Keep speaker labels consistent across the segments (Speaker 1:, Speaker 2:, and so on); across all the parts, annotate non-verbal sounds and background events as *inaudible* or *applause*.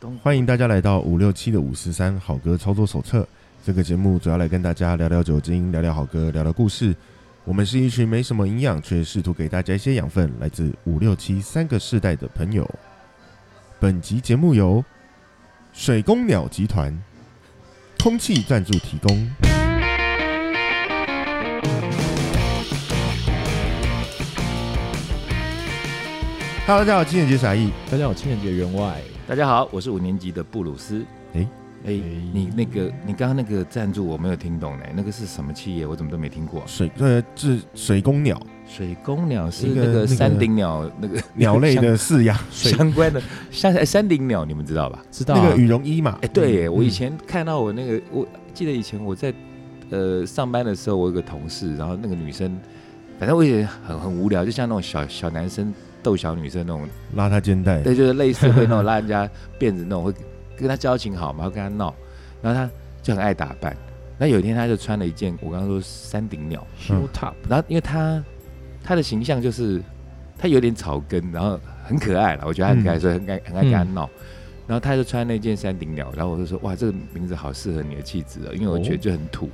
Speaker 1: 咚
Speaker 2: 欢迎大家来到五六七的五四三好歌操作手册。这个节目主要来跟大家聊聊酒精，聊聊好歌，聊聊故事。我们是一群没什么营养，却试图给大家一些养分，来自五六七三个世代的朋友。本集节目由水公鸟集团空气赞助提供。Hello，大家好，今天节是阿义。
Speaker 3: 大家好，情人节员外，
Speaker 1: 大家好，我是五年级的布鲁斯。
Speaker 2: 诶
Speaker 1: 哎、你那个你刚刚那个赞助我没有听懂呢，那个是什么企业？我怎么都没听过。
Speaker 2: 水呃，是水公鸟，
Speaker 1: 水公鸟是
Speaker 2: 一个
Speaker 1: 那
Speaker 2: 那个
Speaker 1: 个山顶鸟，那个
Speaker 2: 鸟类的饲
Speaker 1: *laughs*
Speaker 2: 养，
Speaker 1: 相相关的山哎山顶鸟，你们知道吧？
Speaker 3: 知道、
Speaker 2: 那
Speaker 3: 啊、
Speaker 2: 个羽绒衣嘛
Speaker 1: 哎、。对耶，
Speaker 2: 嗯
Speaker 1: 我以前看到我那个，我记得以前我在呃上班的时候，我有个同事，然后那个女生，反正我也很很无聊，就像那种小小男生逗小女生那种，
Speaker 2: 拉他嗯肩带，
Speaker 1: 对，就是类似会那种拉人家辫子那种，会跟他交情好嘛，会跟他闹，然后他就很爱打扮。那有一天他就穿了一件我刚刚说山顶鸟，
Speaker 2: 嗯
Speaker 3: Show Top，
Speaker 1: 然后因为他他的形象就是他有点草根，然后很可爱了，我觉得他很可爱，
Speaker 2: 嗯
Speaker 1: 所以很爱很爱跟他闹。然后他就穿那件山顶鸟，然后我就说哇，这个名字好适合你的气质哦，因为我觉得
Speaker 3: 哦
Speaker 1: 就很土。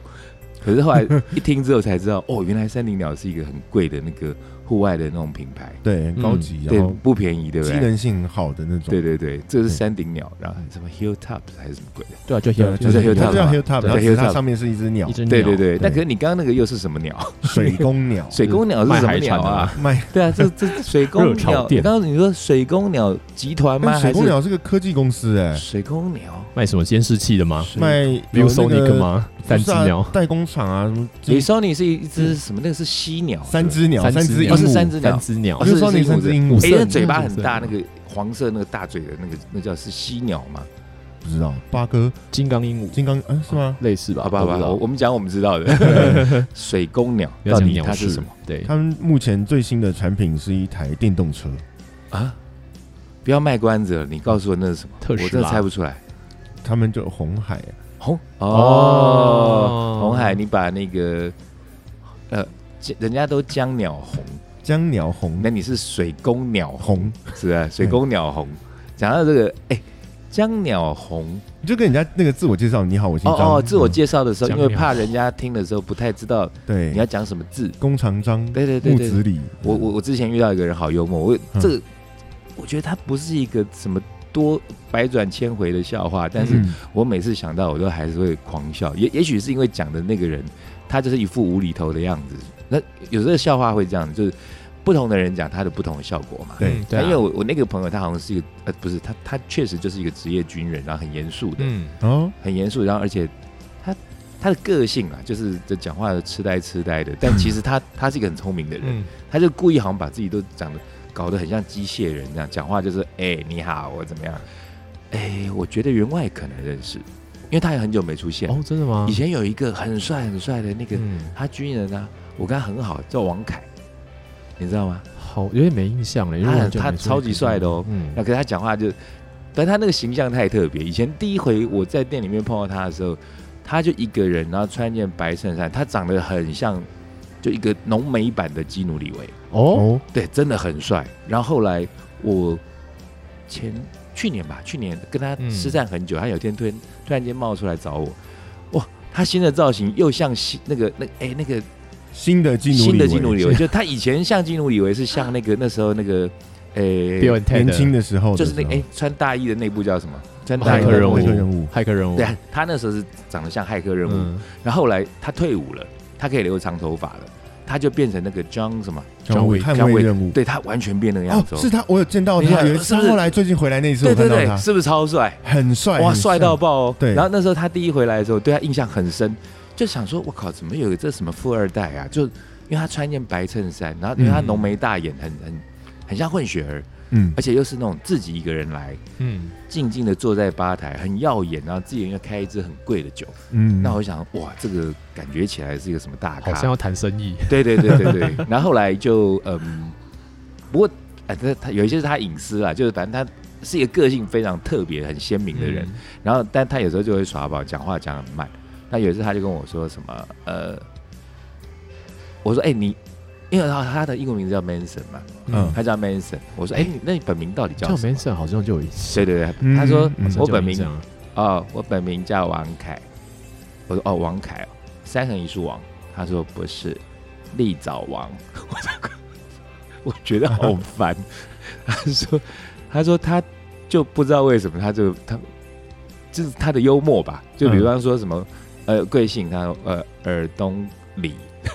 Speaker 1: 可是后来一听之后才知道，哦，原来山顶鸟是一个很贵的那个户外的那种品牌，
Speaker 2: 对，很高级，
Speaker 1: 嗯对
Speaker 2: 然后，
Speaker 1: 不便宜，对不
Speaker 2: 机
Speaker 1: 对？
Speaker 2: 能性很好的那种，
Speaker 1: 对对对，这是
Speaker 2: 嗯
Speaker 1: 山顶鸟，然后什么 hilltop 还是什么鬼的？
Speaker 3: 对啊，就
Speaker 2: 对，
Speaker 3: Hero，
Speaker 1: 就是
Speaker 2: 它
Speaker 1: hilltop
Speaker 2: 叫
Speaker 1: 嘛
Speaker 2: hilltop，
Speaker 1: 对
Speaker 2: 然后其实它
Speaker 1: hilltop
Speaker 2: 上面是一只鸟
Speaker 3: 一，只鸟，
Speaker 1: 对对对，但
Speaker 2: 对
Speaker 1: 可是你刚刚那个又是什么鸟？
Speaker 2: *laughs* 水公
Speaker 1: *laughs*
Speaker 2: 鸟，
Speaker 1: 水公鸟是什么
Speaker 2: *laughs*
Speaker 1: 鸟啊？ *laughs*
Speaker 2: 卖。
Speaker 1: 对啊，这这水公
Speaker 3: 热炒
Speaker 1: 鸟，
Speaker 3: 店
Speaker 1: 刚刚你说水公鸟集团吗？
Speaker 2: 但
Speaker 1: 还
Speaker 2: 哎水
Speaker 1: 是
Speaker 2: 公鸟是个科技公司哎，
Speaker 1: 水公鸟
Speaker 3: 卖什么监视器的吗
Speaker 1: 水
Speaker 2: 卖
Speaker 3: ？View
Speaker 2: 有那
Speaker 3: Sonic
Speaker 2: 个
Speaker 3: 吗？
Speaker 2: 不
Speaker 3: 三
Speaker 2: 是
Speaker 3: 只
Speaker 2: 啊
Speaker 3: 鸟，
Speaker 2: 代工厂啊，什么
Speaker 1: 你说你是一只什么？那个是犀鸟，
Speaker 2: 三只鸟，
Speaker 3: 三
Speaker 2: 三
Speaker 3: 只
Speaker 2: 只
Speaker 3: 鸟
Speaker 2: 鹦
Speaker 1: 哦是三
Speaker 2: 鹉，
Speaker 1: 只
Speaker 3: 三
Speaker 1: 鸟，
Speaker 3: 只鸟
Speaker 1: 哦
Speaker 2: 我，就是说你
Speaker 1: 是鹦
Speaker 2: 三
Speaker 1: 鹉是
Speaker 2: 只鹦
Speaker 3: 五
Speaker 2: 鹉
Speaker 3: 色，
Speaker 1: 哎，那嘴巴很大，
Speaker 3: 五色
Speaker 1: 那个黄色那个大嘴的那个那叫是犀鸟吗？
Speaker 2: 不知道八哥、
Speaker 3: 金刚鹦鹉
Speaker 2: 金刚，嗯，是吗？
Speaker 3: 类似吧？
Speaker 1: 好吧好
Speaker 3: 我
Speaker 1: 吧，
Speaker 3: 啊不知道
Speaker 1: 我我们讲我们知道的水公鸟
Speaker 3: 不要
Speaker 1: 到
Speaker 3: 讲
Speaker 1: 底
Speaker 3: 鸟
Speaker 1: 它是
Speaker 3: 事
Speaker 1: 什么？？
Speaker 3: 对，
Speaker 2: 他们目前最新的产品是一台电动车，
Speaker 1: 啊？不要卖关子了，你告诉我那是什么？
Speaker 3: 特
Speaker 1: 我
Speaker 3: 斯拉
Speaker 1: 真的猜不出来。
Speaker 2: 他们就红海啊，
Speaker 1: 红
Speaker 3: 哦
Speaker 1: 哦，红海，你把那个呃，人家都江鸟红，
Speaker 2: 江鸟红
Speaker 1: 那你是水公鸟红。
Speaker 2: 红，
Speaker 1: 是
Speaker 2: 嗯
Speaker 1: 啊，水公鸟红。讲到这个，哎、江鸟红
Speaker 2: 你就跟人家那个自我介绍，你嗯好，我姓张，
Speaker 1: 哦哦，自我介绍的时候，
Speaker 3: 江
Speaker 1: 因
Speaker 3: 鸟
Speaker 1: 为怕人家听的时候不太知道
Speaker 2: 嗯对
Speaker 1: 你要讲什么字。
Speaker 2: 弓长张，
Speaker 1: 对对对
Speaker 2: 木
Speaker 1: 对，
Speaker 2: 子李，
Speaker 1: 我我我之前遇到一个人好幽默，我
Speaker 2: 嗯
Speaker 1: 这个我觉得他不是一个什么多百转千回的笑话，但是
Speaker 2: 嗯
Speaker 1: 我每次想到我都还是会狂笑。也也许是因为讲的那个人他就是一副无厘头的样子。那有时候笑话会这样，就是不同的人讲他的不同的效果嘛。
Speaker 2: 对
Speaker 3: 嗯，对啊，
Speaker 1: 因为我我那个朋友他好像是一个呃不是他他确实就是一个职业军人，然后很严肃的，
Speaker 3: 嗯，
Speaker 2: 哦，
Speaker 1: 很严肃，然后而且他他的个性啊，就是这讲话的痴呆痴呆的，
Speaker 3: *laughs*
Speaker 1: 但其实他他是一个很聪明的人，
Speaker 3: 嗯，
Speaker 1: 他就故意好像把自己都讲的搞得很像机械人这样，讲话就是哎、你好我怎么样，哎、我觉得员外可能认识，因为他也很久没出现，
Speaker 3: 哦，真的吗？
Speaker 1: 以前有一个很帅很帅的那个、
Speaker 3: 嗯，
Speaker 1: 他军人啊，我跟他很好，叫王凯，你知道吗？
Speaker 3: 好，有点没印象了，因为
Speaker 1: 他很
Speaker 3: 我很久没
Speaker 1: 他
Speaker 3: 出
Speaker 1: 超级
Speaker 3: 现
Speaker 1: 帅的哦
Speaker 3: 嗯
Speaker 1: 那，跟他讲话就，但他那个形象太特别。以前第一回我在店里面碰到他的时候，他就一个人，然后穿一件白衬衫，他长得很像就一个浓眉版的基努里维，
Speaker 3: 哦，
Speaker 2: 哦，
Speaker 1: 对，真的很帅。然后后来我前去年吧，去年跟他
Speaker 3: 嗯
Speaker 1: 失散很久，他有一天突然突然间冒出来找我，哇，他新的造型又像新那个那哎、那个
Speaker 2: 新的基努里维
Speaker 1: 新的基努里维，就他以前像基努里维是像那个 *laughs* 那时候那个呃。
Speaker 3: 比尔 Ted
Speaker 2: 年轻的时候的
Speaker 1: 就
Speaker 2: 时
Speaker 1: 是
Speaker 2: 候，
Speaker 1: 那哎、穿大衣的那部叫什么？穿大
Speaker 3: 骇
Speaker 1: 衣
Speaker 3: 客
Speaker 1: 的
Speaker 3: 任
Speaker 1: 那
Speaker 3: 务，
Speaker 1: 部
Speaker 2: 骇客任务
Speaker 3: 骇客任务，
Speaker 1: 对啊，他那时候是长得像骇客任务，
Speaker 3: 嗯
Speaker 1: 然后后来他退伍了，他可以留长头发了，他就变成那个 John 什么？
Speaker 2: 捍卫
Speaker 3: John Wick，
Speaker 2: 捍
Speaker 1: John
Speaker 2: 卫
Speaker 1: Wick，
Speaker 2: 任务，
Speaker 1: 对他完全变那个样
Speaker 2: 哦
Speaker 1: 子、，
Speaker 2: 是他，我有见到
Speaker 1: 你
Speaker 2: 他，
Speaker 1: 看
Speaker 2: 有一次
Speaker 1: 是不是
Speaker 2: 后来最近回来那一次，
Speaker 1: 对
Speaker 2: 我
Speaker 1: 对
Speaker 2: 看到
Speaker 1: 对，
Speaker 2: 他，
Speaker 1: 是不是超帅？
Speaker 2: 很帅，
Speaker 1: 哇，
Speaker 2: 很
Speaker 1: 帅到爆哦！
Speaker 2: 对
Speaker 1: 然后那时候他第一回来的时候，对他印象很深，就想说，我靠，怎么有这什么富二代啊？就因为他穿一件白衬衫，然后因为他
Speaker 3: 嗯
Speaker 1: 浓眉大眼，很很很像混血儿，
Speaker 2: 嗯，
Speaker 1: 而且又是那种自己一个人来，
Speaker 3: 嗯，
Speaker 1: 静静的坐在吧台，很耀眼，然后自己又开一支很贵的酒。
Speaker 2: 嗯，
Speaker 1: 那我想，哇，这个感觉起来是一个什么大
Speaker 3: 好像要
Speaker 1: 咖？
Speaker 3: 谈生意，
Speaker 1: 对对对对对。然后后来就嗯，不过哎，他他有一些是他隐私啦，就是反正他是一个个性非常特别、很鲜明的人。然后，但他有时候就会耍宝，讲话讲很慢。那有一次他就跟我说什么呃，我说哎、你因为他他的英文名字叫 Manson 嘛，
Speaker 2: 嗯
Speaker 1: 他叫 Manson。我说，哎、你那你本名到底叫
Speaker 3: 叫
Speaker 1: 什么？
Speaker 3: Manson 好像就有印象，
Speaker 1: 对对对，
Speaker 2: 嗯
Speaker 1: 他说、
Speaker 2: 嗯
Speaker 1: 我本
Speaker 3: 好像就有印
Speaker 1: 名
Speaker 3: 象啊
Speaker 1: 哦，我本名叫王凯。我说哦，王凯哦，三横一竖王。他说不是，立早王。 *laughs* 我觉得好烦。他说，他说他就不知道为什么他就他就是他的幽默吧，就比
Speaker 3: 嗯
Speaker 1: 方说什么、呃贵姓，他说呃尔东李。 *laughs*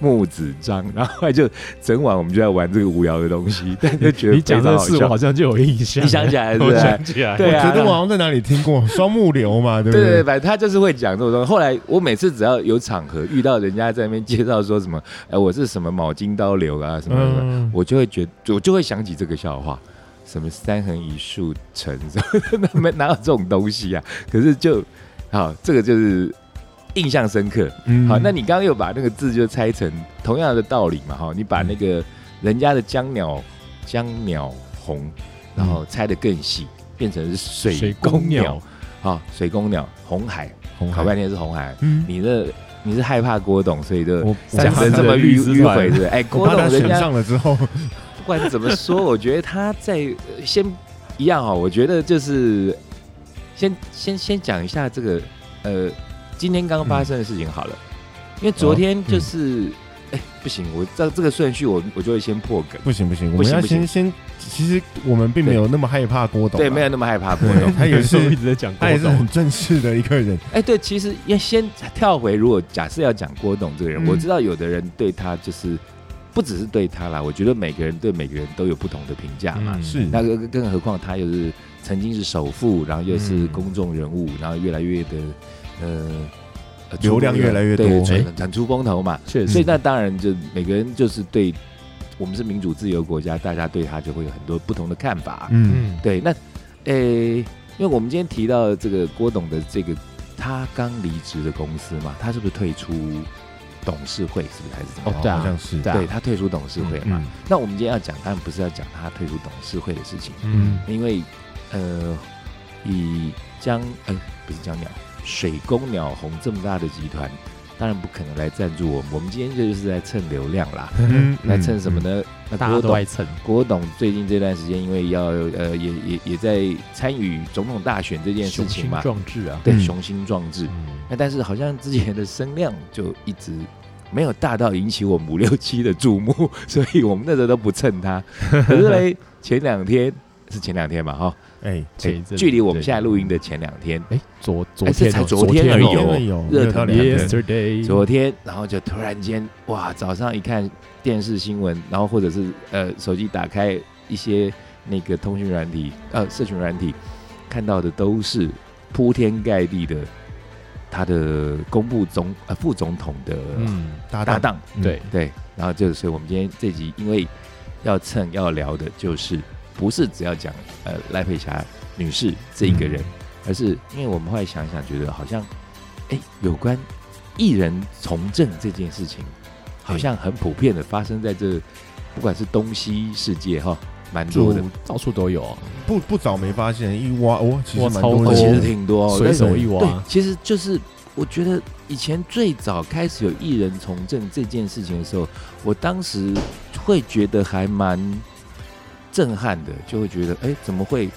Speaker 1: 木子张，然后后来就整晚我们就在玩这个无聊的东西，但就觉得
Speaker 3: 你讲
Speaker 1: 非常
Speaker 3: 这
Speaker 1: 好
Speaker 3: 事，我
Speaker 1: 笑
Speaker 3: 好像就有印象。
Speaker 1: 你想起来是不
Speaker 3: 我
Speaker 1: 是
Speaker 3: 想起来，
Speaker 1: 对啊
Speaker 2: 我觉得我好像在哪里听过双木流嘛，对不
Speaker 1: 对对，
Speaker 2: 对？
Speaker 1: 反正他就是会讲这种东西。后来我每次只要有场合遇到人家在那边介绍说什么，哎、我是什么毛巾刀流啊什么什么，
Speaker 2: 嗯，
Speaker 1: 我就会觉得我就会想起这个笑话，什么三横一竖成，什 *laughs* 么没哪有这种东西啊？可是就好，这个就是印象深刻。
Speaker 2: 嗯
Speaker 1: 好，那你刚刚又把那个字就拆成同样的道理嘛？哈，你把那个人家的江鸟江鸟红，然后拆得更细，变成是水
Speaker 3: 水
Speaker 1: 公
Speaker 3: 公
Speaker 1: 鸟
Speaker 3: 鸟。
Speaker 1: 啊、水公鸟红海，
Speaker 2: 红
Speaker 1: 搞
Speaker 2: 海
Speaker 1: 半天是红海。
Speaker 2: 嗯，
Speaker 1: 你这你是害怕郭董，所以就
Speaker 2: 我我
Speaker 1: 讲
Speaker 3: 三
Speaker 1: 的
Speaker 3: 十
Speaker 1: 这么
Speaker 3: 的
Speaker 1: 迂
Speaker 3: 律师
Speaker 1: 迂
Speaker 3: 团
Speaker 1: 回，对不对？哎，
Speaker 2: 我
Speaker 1: 郭
Speaker 2: 怕
Speaker 1: 董
Speaker 2: 他
Speaker 1: 人
Speaker 2: 选
Speaker 1: 家
Speaker 2: 上了之后，
Speaker 1: 不管怎么说，我觉得他在呃先一样哦，我觉得就是先先先讲一下这个呃，今天刚
Speaker 2: 嗯
Speaker 1: 发生的事情好了，因为
Speaker 2: 哦
Speaker 1: 昨天就是哎、不行，我照这个顺序我我就会先破梗，
Speaker 2: 不行不行，
Speaker 1: 不
Speaker 2: 我们
Speaker 1: 行
Speaker 2: 要
Speaker 1: 不行
Speaker 2: 先先，其实我们并没有那么害怕郭董啊，
Speaker 1: 对，没有那么害怕破
Speaker 2: 对
Speaker 1: 梗。
Speaker 2: 他也
Speaker 3: 我一
Speaker 2: 是
Speaker 3: *laughs* 直在讲郭
Speaker 2: 他也是很
Speaker 3: 董，
Speaker 2: 正式的一个人，啊
Speaker 1: 哎、对，其实要先跳回，如果假设要讲郭董这个人，
Speaker 2: 嗯
Speaker 1: 我知道有的人对他就是不只是对他啦，我觉得每个人对每个人都有不同的评价嘛。
Speaker 3: 嗯
Speaker 2: 是
Speaker 1: 那个更何况他又是曾经是首富，然后又是
Speaker 3: 嗯
Speaker 1: 公众人物，然后越来越的呃呃
Speaker 2: 流量
Speaker 1: 出
Speaker 2: 越来越
Speaker 1: 对
Speaker 2: 多嗯
Speaker 1: 出
Speaker 3: 哎
Speaker 1: 产出风头嘛。
Speaker 3: 确
Speaker 1: 所以
Speaker 3: 实，
Speaker 1: 那当然就每个人就是对我们是民主自由国家，大家对他就会有很多不同的看法。
Speaker 2: 嗯
Speaker 3: 嗯，
Speaker 1: 对，那诶，因为我们今天提到这个郭董的这个他刚离职的公司嘛，他是不是退出董事会？是不是还是怎么
Speaker 3: 哦
Speaker 1: 样？
Speaker 3: 对啊
Speaker 2: 好像是
Speaker 3: 对啊
Speaker 1: 对他退出董事会嘛。
Speaker 2: 嗯
Speaker 1: 那我们今天要讲，当然不是要讲他退出董事会的事情，
Speaker 3: 嗯，
Speaker 1: 因为呃，以江呃不是江鸟水工鸟红这么大的集团，当然不可能来赞助我们。我们今天就是在蹭流量啦，
Speaker 2: 嗯
Speaker 1: 来蹭什么？呢？那
Speaker 3: 大
Speaker 1: 郭
Speaker 3: 家都
Speaker 1: 董
Speaker 3: 爱蹭，
Speaker 1: 郭董最近这段时间，因为要呃也也也在参与总统大选这件事
Speaker 3: 雄
Speaker 1: 情
Speaker 3: 心
Speaker 1: 嘛，
Speaker 3: 壮志啊，
Speaker 1: 对
Speaker 2: 嗯
Speaker 1: 雄心壮志。
Speaker 3: 嗯
Speaker 1: 那但是好像之前的声量就一直没有大到引起我们五六七的注目， *laughs* 所以我们那时候都不蹭他。可是
Speaker 3: *laughs*
Speaker 1: 嘞，前两天是前两天嘛，哈、
Speaker 2: 哎，
Speaker 3: 前一阵子
Speaker 1: 距离我们现在录音
Speaker 3: 对
Speaker 1: 的前两天，
Speaker 3: 哎，昨昨
Speaker 1: 哎这
Speaker 3: 天
Speaker 1: 才
Speaker 3: 哦
Speaker 1: 昨天而已
Speaker 3: 哦
Speaker 1: 哦
Speaker 2: 真的有
Speaker 1: 热
Speaker 2: 热到
Speaker 1: 腾
Speaker 2: 两天，
Speaker 3: Yesterday，
Speaker 1: 昨天，然后就突然间，哇，早上一看电视新闻，然后或者是呃手机打开一些那个通讯软体，呃社群软体，看到的都是铺天盖地的他的公布总呃副总统的
Speaker 3: 嗯，
Speaker 2: 搭
Speaker 1: 搭
Speaker 2: 档
Speaker 1: 档，
Speaker 2: 嗯
Speaker 3: 对，
Speaker 1: 对，然后就所以我们今天这集因为要蹭要聊的就是不是只要讲呃赖佩霞女士这一个人，而是因为我们后来想一想，觉得好像哎、有关艺人从政这件事情，好像很普遍的发生在这不管是东西世界哈，蛮多
Speaker 3: 就
Speaker 1: 的，
Speaker 3: 到处都有啊，
Speaker 2: 不不早没发现，一挖哦，其实
Speaker 3: 哇
Speaker 2: 蛮
Speaker 3: 超
Speaker 2: 多
Speaker 1: 哦，
Speaker 3: 多
Speaker 2: 的
Speaker 1: 其实挺多、哦，
Speaker 3: 随
Speaker 1: 但是
Speaker 3: 手一
Speaker 1: 对
Speaker 3: 挖，，
Speaker 1: 其实就是我觉得以前最早开始有艺人从政这件事情的时候，我当时会觉得还蛮震撼的，就会觉得哎、怎么会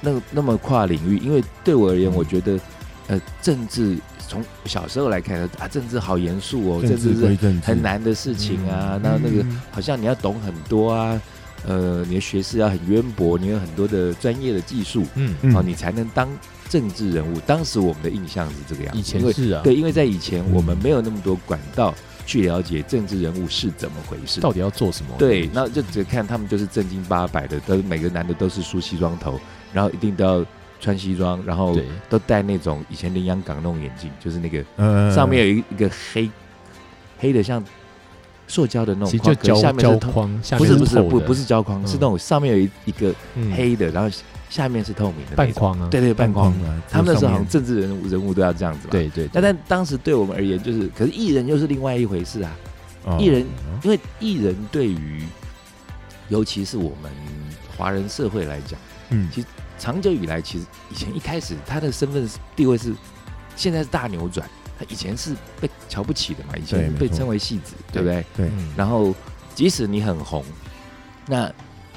Speaker 1: 那那么跨领域？因为对我而言，
Speaker 2: 嗯
Speaker 1: 我觉得呃，政治从小时候来看啊，政治好严肃哦，
Speaker 2: 政
Speaker 1: 政
Speaker 2: 治
Speaker 1: 治
Speaker 2: 归
Speaker 1: 是
Speaker 2: 政治，
Speaker 1: 很难的事情啊，
Speaker 2: 嗯
Speaker 1: 那那个
Speaker 2: 嗯
Speaker 1: 好像你要懂很多啊。呃，你的学识要很渊博，你有很多的专业的技术，
Speaker 3: 嗯，
Speaker 2: 嗯
Speaker 1: 哦，你才能当政治人物。当时我们的印象是这个样子，
Speaker 3: 以前
Speaker 1: 因为
Speaker 3: 是啊，
Speaker 1: 对，因为在以前
Speaker 2: 嗯
Speaker 1: 我们没有那么多管道去了解政治人物是怎么回事。
Speaker 3: 到底要做什么？
Speaker 1: 对，那就只看他们就是正经八百的，都每个男的都是梳西装头，然后一定都要穿西装，然后
Speaker 3: 对，
Speaker 1: 都戴那种以前羚羊港那种眼镜，就是那个
Speaker 3: 嗯
Speaker 2: 呃
Speaker 1: 上面有一一个黑黑的像塑胶的那
Speaker 3: 其实
Speaker 1: 种框，可是下
Speaker 3: 就胶
Speaker 1: 面是
Speaker 3: 胶
Speaker 1: 透，
Speaker 3: 框，下
Speaker 1: 不
Speaker 3: 面
Speaker 1: 是不是
Speaker 3: 透
Speaker 1: 不
Speaker 3: 的
Speaker 1: 不是胶框，是那种上面有一一个
Speaker 3: 嗯
Speaker 1: 黑的，然后下面是透明的那
Speaker 3: 半
Speaker 1: 种，
Speaker 3: 框啊，
Speaker 1: 对对半
Speaker 2: 半
Speaker 1: 框
Speaker 2: 框。啊，
Speaker 1: 他们那时候
Speaker 2: 上
Speaker 1: 好像
Speaker 2: 面
Speaker 1: 政治人物人物都要这样子嘛。。
Speaker 3: 对对，
Speaker 1: 那但当时对我们而言，就是可是艺人又是另外一回事啊，
Speaker 2: 哦
Speaker 1: 艺人因为艺人对于，尤其是我们华人社会来讲，
Speaker 2: 嗯
Speaker 1: 长久以来其实以前一开始他的身份地位是，现在是大扭转，他以前是被瞧不起的嘛，以前
Speaker 2: 对
Speaker 1: 是
Speaker 2: 没
Speaker 1: 被
Speaker 2: 错
Speaker 1: 称为戏子，对不对？
Speaker 2: 对，
Speaker 3: 嗯
Speaker 1: 然后即使你很红，那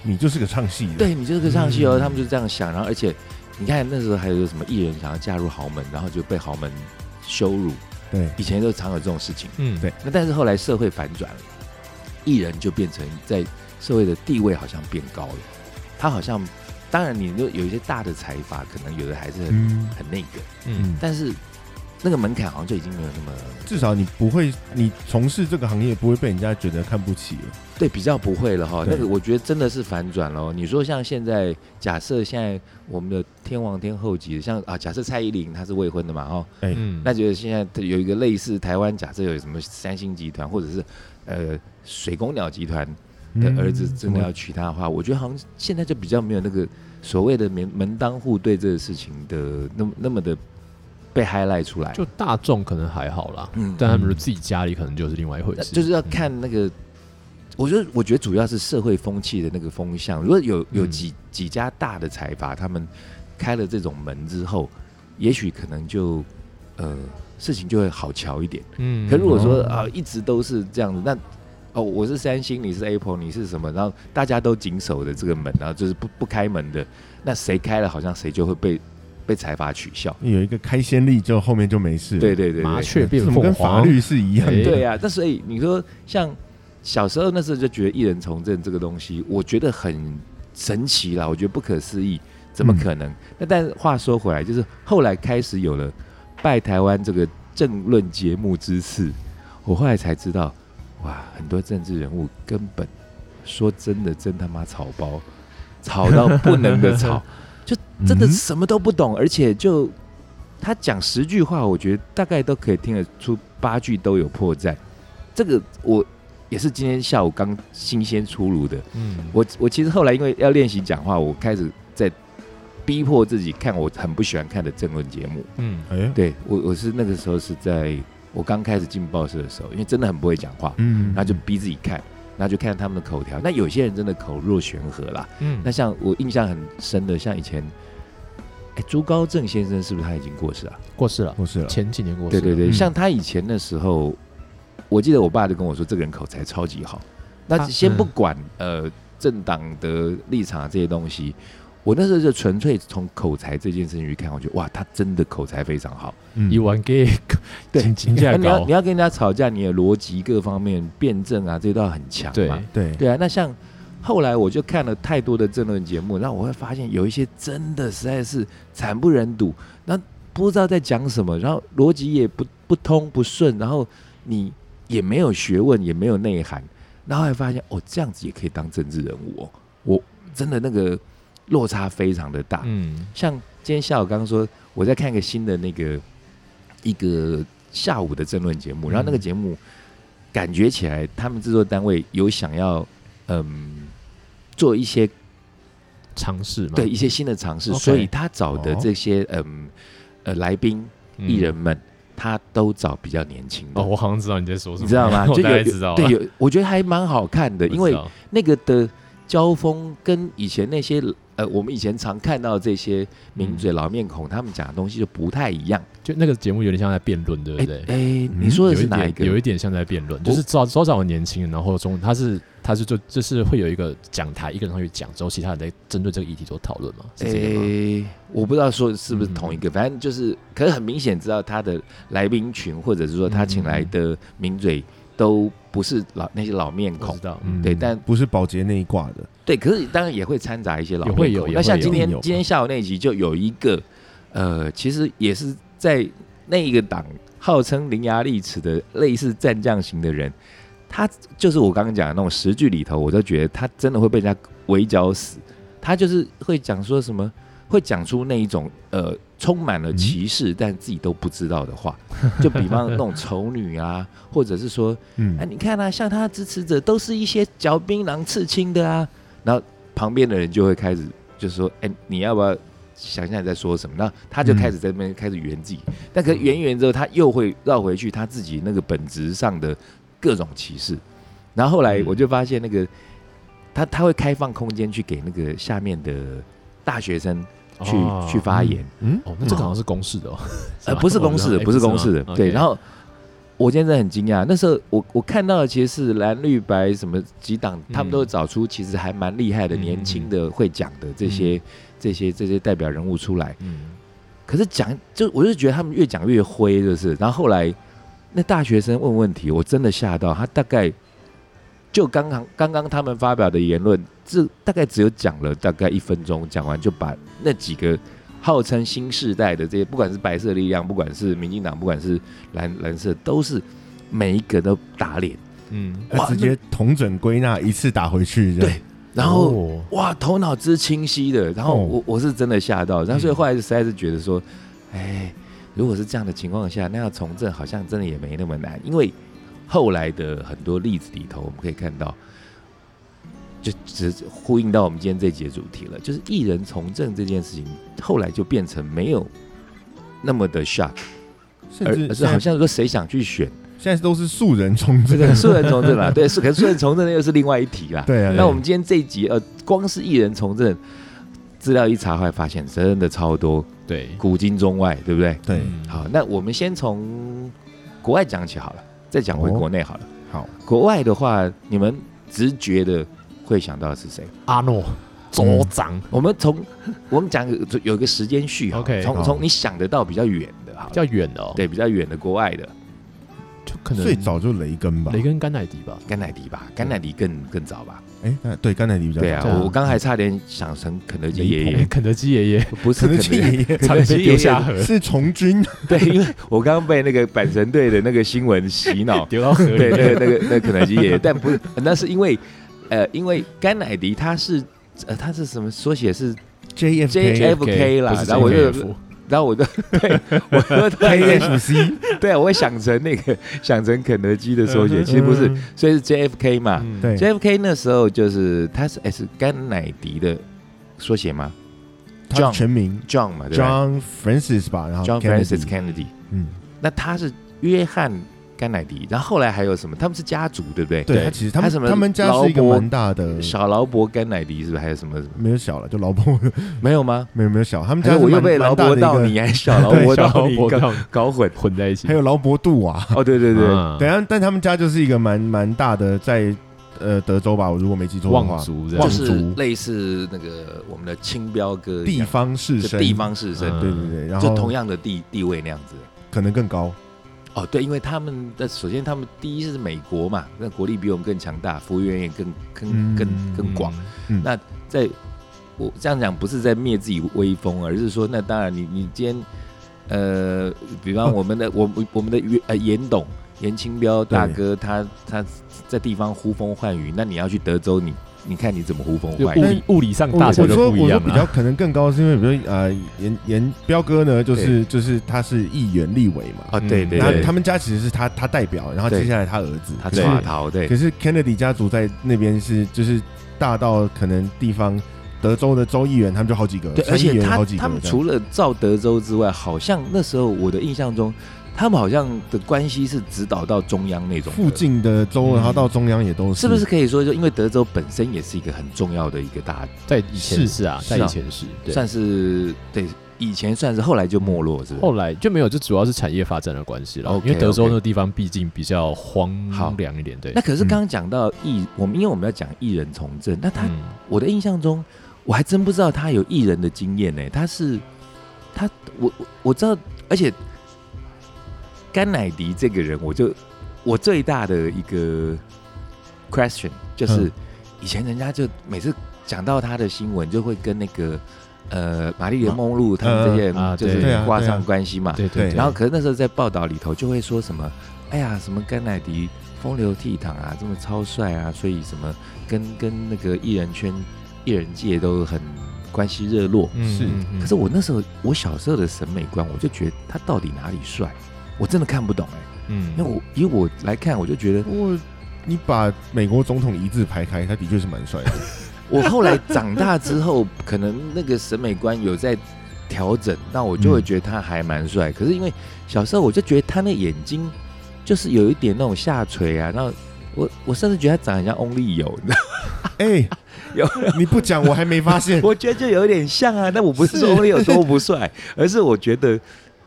Speaker 2: 你就是个唱戏的，
Speaker 1: 对你就是个上戏哦，
Speaker 2: 嗯
Speaker 1: 他们就这样想。然后而且你看那时候还有什么艺人想要嫁入豪门，然后就被豪门羞辱，
Speaker 2: 对
Speaker 1: 以前都常有这种事情。
Speaker 3: 嗯
Speaker 2: 对
Speaker 1: 那但是后来社会反转了，艺人就变成在社会的地位好像变高了，他好像当然你就有一些大的财阀，可能有的还是很、
Speaker 2: 嗯
Speaker 1: 很那个，
Speaker 3: 嗯，
Speaker 1: 但是那个门槛好像就已经没有那么
Speaker 2: 至少你不会，你从事这个行业不会被人家觉得看不起了。
Speaker 1: 对比较不会了哈。
Speaker 2: 对
Speaker 1: 那个我觉得真的是反转了哦。你说像现在，假设现在我们的天王天后级，像啊，假设蔡依林她是未婚的嘛哦，
Speaker 3: 嗯
Speaker 1: 那就是现在有一个类似台湾，假设有什么三星集团或者是呃水工鸟集团，的儿子真的要娶她的话，我觉得好像现在就比较没有那个所谓的门门当户对这个事情的那么那么的被 highlight 出来，
Speaker 3: 就大众可能还好啦，
Speaker 1: 嗯
Speaker 3: 但他们自己家里可能就是另外一回
Speaker 1: 那
Speaker 3: 事，
Speaker 1: 就是要看那个。我觉得，我觉得主要是社会风气的那个风向。如果有有
Speaker 3: 嗯
Speaker 1: 几、几家大的财阀，他们开了这种门之后，也许可能就呃事情就会好瞧一点。
Speaker 3: 嗯，嗯
Speaker 1: 可如果说
Speaker 2: 哦
Speaker 1: 啊、一直都是这样子，那哦，我是三星，你是 Apple，你是什么？然后大家都紧守的这个门，然后就是不不开门的，那谁开了，好像谁就会被被财阀取笑。
Speaker 2: 有一个开先例，就后面就没事了。
Speaker 1: 对对对
Speaker 3: 麻
Speaker 1: 对，
Speaker 3: 雀变
Speaker 2: 这怎么
Speaker 3: 凤
Speaker 2: 跟法
Speaker 3: 凰，
Speaker 2: 律是一样的？
Speaker 3: 哎
Speaker 1: 对啊。那所以你说，像小时候那时候就觉得艺人从政这个东西，我觉得很神奇啦，我觉得不可思议，怎么可能？
Speaker 3: 嗯
Speaker 1: 那但话说回来，就是后来开始有了拜台湾这个政论节目之赐，我后来才知道，哇，很多政治人物根本说真的真他妈草包，草到不能的草，就真的
Speaker 2: 嗯
Speaker 1: 什么都不懂，而且就他讲十句话，我觉得大概都可以听得出八句都有破绽。这个我也是今天下午刚新鲜出炉的，
Speaker 3: 嗯，
Speaker 1: 我我其实后来因为要练习讲话，我开始在逼迫自己看我很不喜欢看的政论节目。
Speaker 3: 嗯
Speaker 2: 哎，
Speaker 1: 对我我是那个时候是在我刚开始进报社的时候，因为真的很不会讲话，
Speaker 2: 嗯
Speaker 1: 然后就逼自己看，然后就看他们的口条。那有些人真的口若悬河啦。
Speaker 3: 嗯，
Speaker 1: 那像我印象很深的，像以前，哎，朱高正先生是不是他已经过世啊？
Speaker 3: 过世了，
Speaker 2: 不是了，
Speaker 3: 前几年过世
Speaker 1: 对
Speaker 3: 了，
Speaker 1: 对对，
Speaker 2: 嗯
Speaker 1: 像他以前的时候，我记得我爸就跟我说，这个人口才超级好。那
Speaker 3: 他
Speaker 1: 先
Speaker 3: 嗯
Speaker 1: 不管、呃政党的立场这些东西，我那时候就纯粹从口才这件事情去看，我觉得哇，他真的口才非常好。
Speaker 2: 嗯
Speaker 3: 一万给
Speaker 1: 对
Speaker 3: 请请
Speaker 1: 那
Speaker 3: 价
Speaker 1: 你要
Speaker 3: 高
Speaker 1: 你，要跟人家吵架，你的逻辑各方面辩证啊，这些都要很强嘛。
Speaker 3: 对，
Speaker 2: 对，
Speaker 1: 对啊，那像后来我就看了太多的政论节目，然后我会发现有一些真的实在是惨不忍睹，那不知道在讲什么，然后逻辑也不不通不顺，然后你也没有学问，也没有内涵，然后还发现哦，这样子也可以当政治人物哦，我真的那个落差非常的大。
Speaker 3: 嗯
Speaker 1: 像今天下午刚刚说，我在看一个新的那个一个下午的争论节目，然后那个节目感觉起来，他们制作单位有想要嗯做一些
Speaker 3: 尝试嘛，
Speaker 1: 对一些新的尝试，
Speaker 3: OK 哦
Speaker 1: 所以他找的这些嗯呃来宾
Speaker 3: 嗯
Speaker 1: 艺人们，他都找比较年轻的
Speaker 3: 哦，。我好像知道你在说什么，
Speaker 1: 你知道吗？
Speaker 3: *laughs* 我
Speaker 1: 就
Speaker 3: 大
Speaker 1: 有
Speaker 3: 概知道了，啊
Speaker 1: 对有，我觉得还蛮好看的，
Speaker 3: *laughs* 我知
Speaker 1: 因为
Speaker 3: 道
Speaker 1: 那个的交锋跟以前那些呃，我们以前常看到这些名
Speaker 3: 嗯
Speaker 1: 嘴老面孔，他们讲的东西就不太一样。
Speaker 3: 就那个节目有点像在辩论，对
Speaker 1: 哎
Speaker 3: 不对？
Speaker 1: 哎，你说的
Speaker 3: 嗯有
Speaker 1: 是
Speaker 3: 一
Speaker 1: 哪一
Speaker 3: 点，有
Speaker 1: 个
Speaker 3: 一？点像在辩论，就是招招找年轻人，然后中他是他是就就是会有一个讲台，一个人上去讲，之后其他人在针对这个议题做讨论嘛，是这个吗？
Speaker 1: 哎，我不知道说是不是同一
Speaker 3: 嗯
Speaker 1: 个，反正就是，可是很明显知道他的来宾群，或者是说他请来的名嘴都不是老那些老面
Speaker 3: 我
Speaker 1: 孔
Speaker 3: 知。道，
Speaker 2: 嗯
Speaker 1: 对但
Speaker 2: 不是保洁那一挂的，
Speaker 1: 对，可是当然也会掺杂一些老
Speaker 3: 也会
Speaker 1: 面
Speaker 3: 有
Speaker 1: 孔
Speaker 3: 也
Speaker 1: 那
Speaker 3: 会
Speaker 1: 像
Speaker 3: 有嗯
Speaker 1: 今天
Speaker 2: 有
Speaker 1: 今天下午那一集就有一个，呃，其实也是在那一个党号称伶牙俐齿的类似战将型的人，他就是我刚刚讲的那种十句里头，我都觉得他真的会被人家围剿死。他就是会讲说什么，会讲出那一种呃充满
Speaker 3: 嗯
Speaker 1: 了歧视，但自己都不知道的话，就比方那种丑女啊，或者是说
Speaker 2: 嗯
Speaker 1: 啊，，你看啊，像他的支持者都是一些嚼槟榔刺青的啊，然后旁边的人就会开始就说，哎、你要不要想想你在说什么？那他就
Speaker 3: 嗯
Speaker 1: 开始在那边开始圆自己，但可圆一圆之后，他又会绕回去他自己那个本质上的各种歧视。然后后来
Speaker 3: 嗯
Speaker 1: 我就发现那个、他他会开放空间去给那个下面的大学生去、
Speaker 3: 哦
Speaker 1: 去发言，
Speaker 2: 嗯，
Speaker 3: 哦，那这个好像是公式的哦，
Speaker 1: 呃， *laughs* 不是公式的，不是公式的，对。然
Speaker 3: 后
Speaker 1: 后我今天真的很惊讶，那时候我我看到的其实是蓝绿白什么几党，他们都找出其实还蛮厉害的、
Speaker 3: 嗯
Speaker 1: 年轻的、会讲的这些、这些这些代表人物出来。
Speaker 3: 嗯，
Speaker 1: 可是讲就我就觉得他们越讲越灰，就是。然后后来那大学生问问题，我真的吓到他，大概就刚刚刚刚他们发表的言论，这大概只有讲了大概一分钟，讲完就把那几个号称新世代的这些，不管是白色力量，不管是民进党，不管是蓝蓝色，都是每一个都打脸，
Speaker 3: 嗯，
Speaker 2: 他
Speaker 1: 哇
Speaker 2: 直接统整归纳一次打回去，这样
Speaker 1: 对然后。
Speaker 3: 哦
Speaker 1: 哇，头脑之清晰的，然后
Speaker 2: 哦
Speaker 1: 我、我是真的吓到，然后所以
Speaker 3: 嗯
Speaker 1: 后来实在是觉得说，哎，如果是这样的情况下，那要从政好像真的也没那么难，因为后来的很多例子里头，我们可以看到，就只呼应到我们今天这节主题了，就是艺人从政这件事情，后来就变成没有那么的 shock，
Speaker 2: 甚
Speaker 1: 而
Speaker 2: 至
Speaker 1: 而是
Speaker 2: 现在
Speaker 1: 好像说谁想去选
Speaker 2: 现在都是素人冲
Speaker 1: 这
Speaker 2: 这
Speaker 1: 个素人从政啦，对，是可是素人从政又是另外一题啦，
Speaker 2: 对啊，
Speaker 1: 那我们今天这一集，呃，光是艺人从政资料一查，后来发现真的超多，
Speaker 3: 对，
Speaker 1: 古今中外，对不对？
Speaker 2: 对，
Speaker 3: 嗯
Speaker 1: 好，，那我们先从国外讲起好了，再讲回
Speaker 2: 哦
Speaker 1: 国内好了。
Speaker 2: 好，
Speaker 1: 国外的话，你们直觉的会想到的是谁？
Speaker 3: 阿诺
Speaker 1: 嗯
Speaker 3: 州长
Speaker 1: 我们从我们讲有有一个时间序好了
Speaker 3: OK，
Speaker 1: 从
Speaker 2: 好
Speaker 1: 从你想得到比较远的好
Speaker 3: 比
Speaker 1: 了，
Speaker 3: 较远的哦，，
Speaker 1: 对比较远的国外的，
Speaker 3: 就可能
Speaker 2: 最早就雷根吧，
Speaker 3: 雷，根甘乃迪吧，
Speaker 1: 甘乃迪吧，甘乃迪更更早吧？
Speaker 2: 哎，那对，甘乃迪比较
Speaker 1: 对啊，
Speaker 2: 早
Speaker 3: 对啊
Speaker 1: 我我刚才差点想成肯德基
Speaker 2: 雷
Speaker 1: 爷
Speaker 2: 同
Speaker 1: 爷，
Speaker 3: 哦肯德基爷爷
Speaker 1: 不是
Speaker 2: 肯
Speaker 1: 肯
Speaker 2: 德基
Speaker 1: 德基。
Speaker 2: 爷爷
Speaker 1: *laughs* 肯德基
Speaker 3: 被
Speaker 1: 爷
Speaker 3: 丢
Speaker 1: 爷
Speaker 3: 下
Speaker 2: *laughs*
Speaker 3: 河，
Speaker 2: 是从军，
Speaker 1: *laughs* 对，因为我刚刚被那个阪神队的那个新闻
Speaker 2: *laughs*
Speaker 1: 洗脑，
Speaker 3: 丢到河里
Speaker 1: 哦对，
Speaker 3: 面，
Speaker 1: 那个那个那肯德基也，但不是，那是因为，呃，因为甘乃迪他是。呃，他是什么缩写是
Speaker 2: JFK
Speaker 1: JFK 啦
Speaker 3: 不是
Speaker 1: 然后我就
Speaker 3: JFK
Speaker 1: 然后我就 *laughs* 对，我就
Speaker 2: *laughs*
Speaker 1: 突然间
Speaker 2: KFC，
Speaker 1: 对，我会想成那个想成肯德基的缩写， *laughs* 其实不是，
Speaker 2: 嗯，
Speaker 1: 所以是 JFK 嘛。
Speaker 3: 嗯
Speaker 2: 对
Speaker 1: JFK 那时候就是他是哎是甘乃迪的缩写吗
Speaker 2: 他的全名
Speaker 1: ？John 嘛，对吧
Speaker 2: John Francis 吧，然后
Speaker 1: ？John
Speaker 2: Kennedy
Speaker 1: Francis Kennedy。
Speaker 2: 嗯，
Speaker 1: 那他是约翰甘乃迪，然后后来还有什么？他们是家族，对不对？
Speaker 2: 对
Speaker 3: 对
Speaker 2: 他其实他们
Speaker 1: 他什么
Speaker 2: 他们家是一个
Speaker 1: 劳勃
Speaker 2: 蛮大的，
Speaker 1: 小劳勃甘乃迪是不是还有什么什么？
Speaker 2: 没有小了，就劳勃 *laughs*
Speaker 1: 没有吗？
Speaker 2: 没有没有小，他们
Speaker 1: 还
Speaker 2: 家
Speaker 1: 是
Speaker 2: 是
Speaker 1: 我又
Speaker 2: 蛮
Speaker 1: 被
Speaker 2: 蛮
Speaker 1: 劳
Speaker 2: 大的
Speaker 1: 勃
Speaker 2: 一
Speaker 1: 到
Speaker 2: 个，
Speaker 1: 你，还是
Speaker 3: 哦
Speaker 1: 小劳勃
Speaker 3: 小
Speaker 1: 到
Speaker 3: 劳
Speaker 1: 你
Speaker 3: 勃
Speaker 1: 搞
Speaker 3: 到
Speaker 1: 搞混？
Speaker 3: 混在一起，
Speaker 2: 还有劳勃杜瓦，
Speaker 1: 哦，对对对，
Speaker 3: 啊
Speaker 2: 等一下，但他们家就是一个蛮蛮大的，在呃德州吧，我如果没记错的
Speaker 3: 望
Speaker 2: 话，
Speaker 3: 族
Speaker 1: 就
Speaker 3: 这样
Speaker 2: 望，
Speaker 1: 是
Speaker 2: 族
Speaker 1: 类似那个我们的青标哥一
Speaker 2: 地
Speaker 1: 样
Speaker 2: 方士
Speaker 1: 就
Speaker 2: 绅，
Speaker 1: 地，方士绅，
Speaker 3: 嗯
Speaker 2: 对对对，然
Speaker 1: 就
Speaker 2: 后
Speaker 1: 同样的地地位那样子。
Speaker 2: 可能更高，
Speaker 1: 哦，对，因为他们的首先他们第一是美国嘛，那国力比我们更强大，服务员也更更更
Speaker 2: 嗯
Speaker 1: 更广。
Speaker 3: 嗯，
Speaker 1: 在我这样讲不是在灭自己威风，啊而是说，那当然你你今天呃，比方我们的、我我我们的袁呃严董严清标大哥，他他在地方呼风唤雨，那你要去德州，你你看你怎么呼风
Speaker 3: 就
Speaker 1: 唤
Speaker 3: 物
Speaker 1: 雨？
Speaker 3: 理物理上
Speaker 2: 我
Speaker 3: 大小
Speaker 2: 我
Speaker 3: 就
Speaker 2: 说
Speaker 3: 不一
Speaker 2: 我说
Speaker 1: 啊
Speaker 3: 样
Speaker 2: 比较
Speaker 3: 了，啊
Speaker 2: 可能更高，是因为比如说呃严严彪哥呢，就是就是他是议员立委嘛，
Speaker 1: 啊，对对
Speaker 2: 嗯那
Speaker 1: 对，
Speaker 2: 他们家其实是他他代表，然后
Speaker 1: 对
Speaker 2: 接下来他儿子，
Speaker 1: 他
Speaker 2: 可是
Speaker 1: 耍逃，对
Speaker 2: 可是 Kennedy 家族在那边是就是大到可能地方德州的州议员他们就好几个，
Speaker 1: 对，
Speaker 2: 参
Speaker 1: 而
Speaker 2: 议
Speaker 1: 且
Speaker 2: 员
Speaker 1: 他
Speaker 2: 好几个
Speaker 1: 他们
Speaker 2: 这样
Speaker 1: 除了造德州之外，好像那时候我的印象中，他们好像的关系是指导到中央那种的
Speaker 2: 附。近的州，
Speaker 3: 嗯
Speaker 2: 然后到中央也都是，
Speaker 1: 是不是可以说，就因为德州本身也是一个很重要的一个大
Speaker 3: 在以前
Speaker 1: 是
Speaker 3: 是啊，
Speaker 1: 是
Speaker 3: 在
Speaker 1: 啊
Speaker 3: 以前是，对。
Speaker 1: 算是对以前算是，后来就没落，是不
Speaker 3: 后来就没有，就主要是产业发展的关系了。
Speaker 1: OK，
Speaker 3: 因为德州
Speaker 1: OK
Speaker 3: 那个地方毕竟比较荒
Speaker 1: 好
Speaker 3: 凉一点，对
Speaker 1: 是？那。可是刚刚讲到艺，我们因为我们要讲艺人从政，那他、
Speaker 3: 嗯
Speaker 1: 我的印象中，我还真不知道他有艺人的经验呢、他是他，我我我知道，而且甘乃迪这个人，我就我最大的一个 question 就是，
Speaker 2: 嗯
Speaker 1: 以前人家就每次讲到他的新闻，就会跟那个呃玛丽莲梦露他们这些
Speaker 3: 啊
Speaker 1: 人就
Speaker 3: 对
Speaker 2: 对啊
Speaker 1: 是挂
Speaker 2: 对啊
Speaker 1: 上关系嘛。
Speaker 3: 对
Speaker 2: 对
Speaker 3: 对，
Speaker 1: 然后可是那时候在报道里头就会说什么，哎呀，什么甘乃迪风流倜傥啊，这么超帅啊，所以什么跟跟那个艺人圈、艺人界都很关系热络。
Speaker 3: 嗯
Speaker 2: 是
Speaker 1: 可是我那时候我小时候的审美观，我就觉得他到底哪里帅，我真的看不懂哎、
Speaker 3: 嗯
Speaker 1: 因为我以我来看，我就觉得
Speaker 2: 我你把美国总统一字排开，他的确是蛮
Speaker 1: *laughs*
Speaker 2: 帅的。
Speaker 1: 我后来长大之后，可能那个审美观有在调整，那我就会觉得他还蛮帅。可是因为小时候我就觉得他那眼睛就是
Speaker 2: *laughs*
Speaker 1: 有一点那种下垂啊，然后我我甚至觉得他长得很像翁立友，你知道吗
Speaker 2: 哎，你不讲我还没发现。
Speaker 1: 我觉得就有点像啊，但我不是说欧力有多不帅，而是我觉得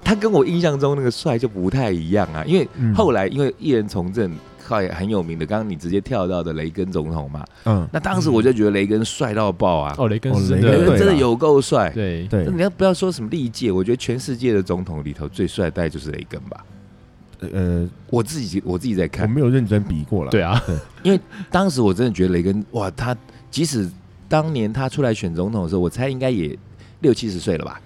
Speaker 1: 他跟我印象中那个帅就不太一样啊。因为
Speaker 2: 嗯
Speaker 1: *laughs* 后来因为艺人从政，靠也很有名的，刚刚你直接跳到的雷根总统嘛，
Speaker 2: 嗯，
Speaker 1: 那当时我就觉得雷根帅到爆啊，
Speaker 3: 哦，雷根
Speaker 2: 哦
Speaker 3: 是真
Speaker 2: 雷
Speaker 1: 雷
Speaker 2: 根
Speaker 1: 根
Speaker 3: 的，
Speaker 1: 真的
Speaker 2: 对啦
Speaker 1: 有够帅。
Speaker 3: 对
Speaker 2: 对
Speaker 1: 那，你要不要说什么历届？我觉得全世界的总统里头最帅的大概就是雷根吧。
Speaker 2: 呃，
Speaker 1: 我自己我自己在看
Speaker 2: 我，没有认真比过了。
Speaker 3: 对啊，
Speaker 1: 当时我真的觉得雷根哇，他即使当年他出来选总统的时候，我猜应该也六七十岁了吧？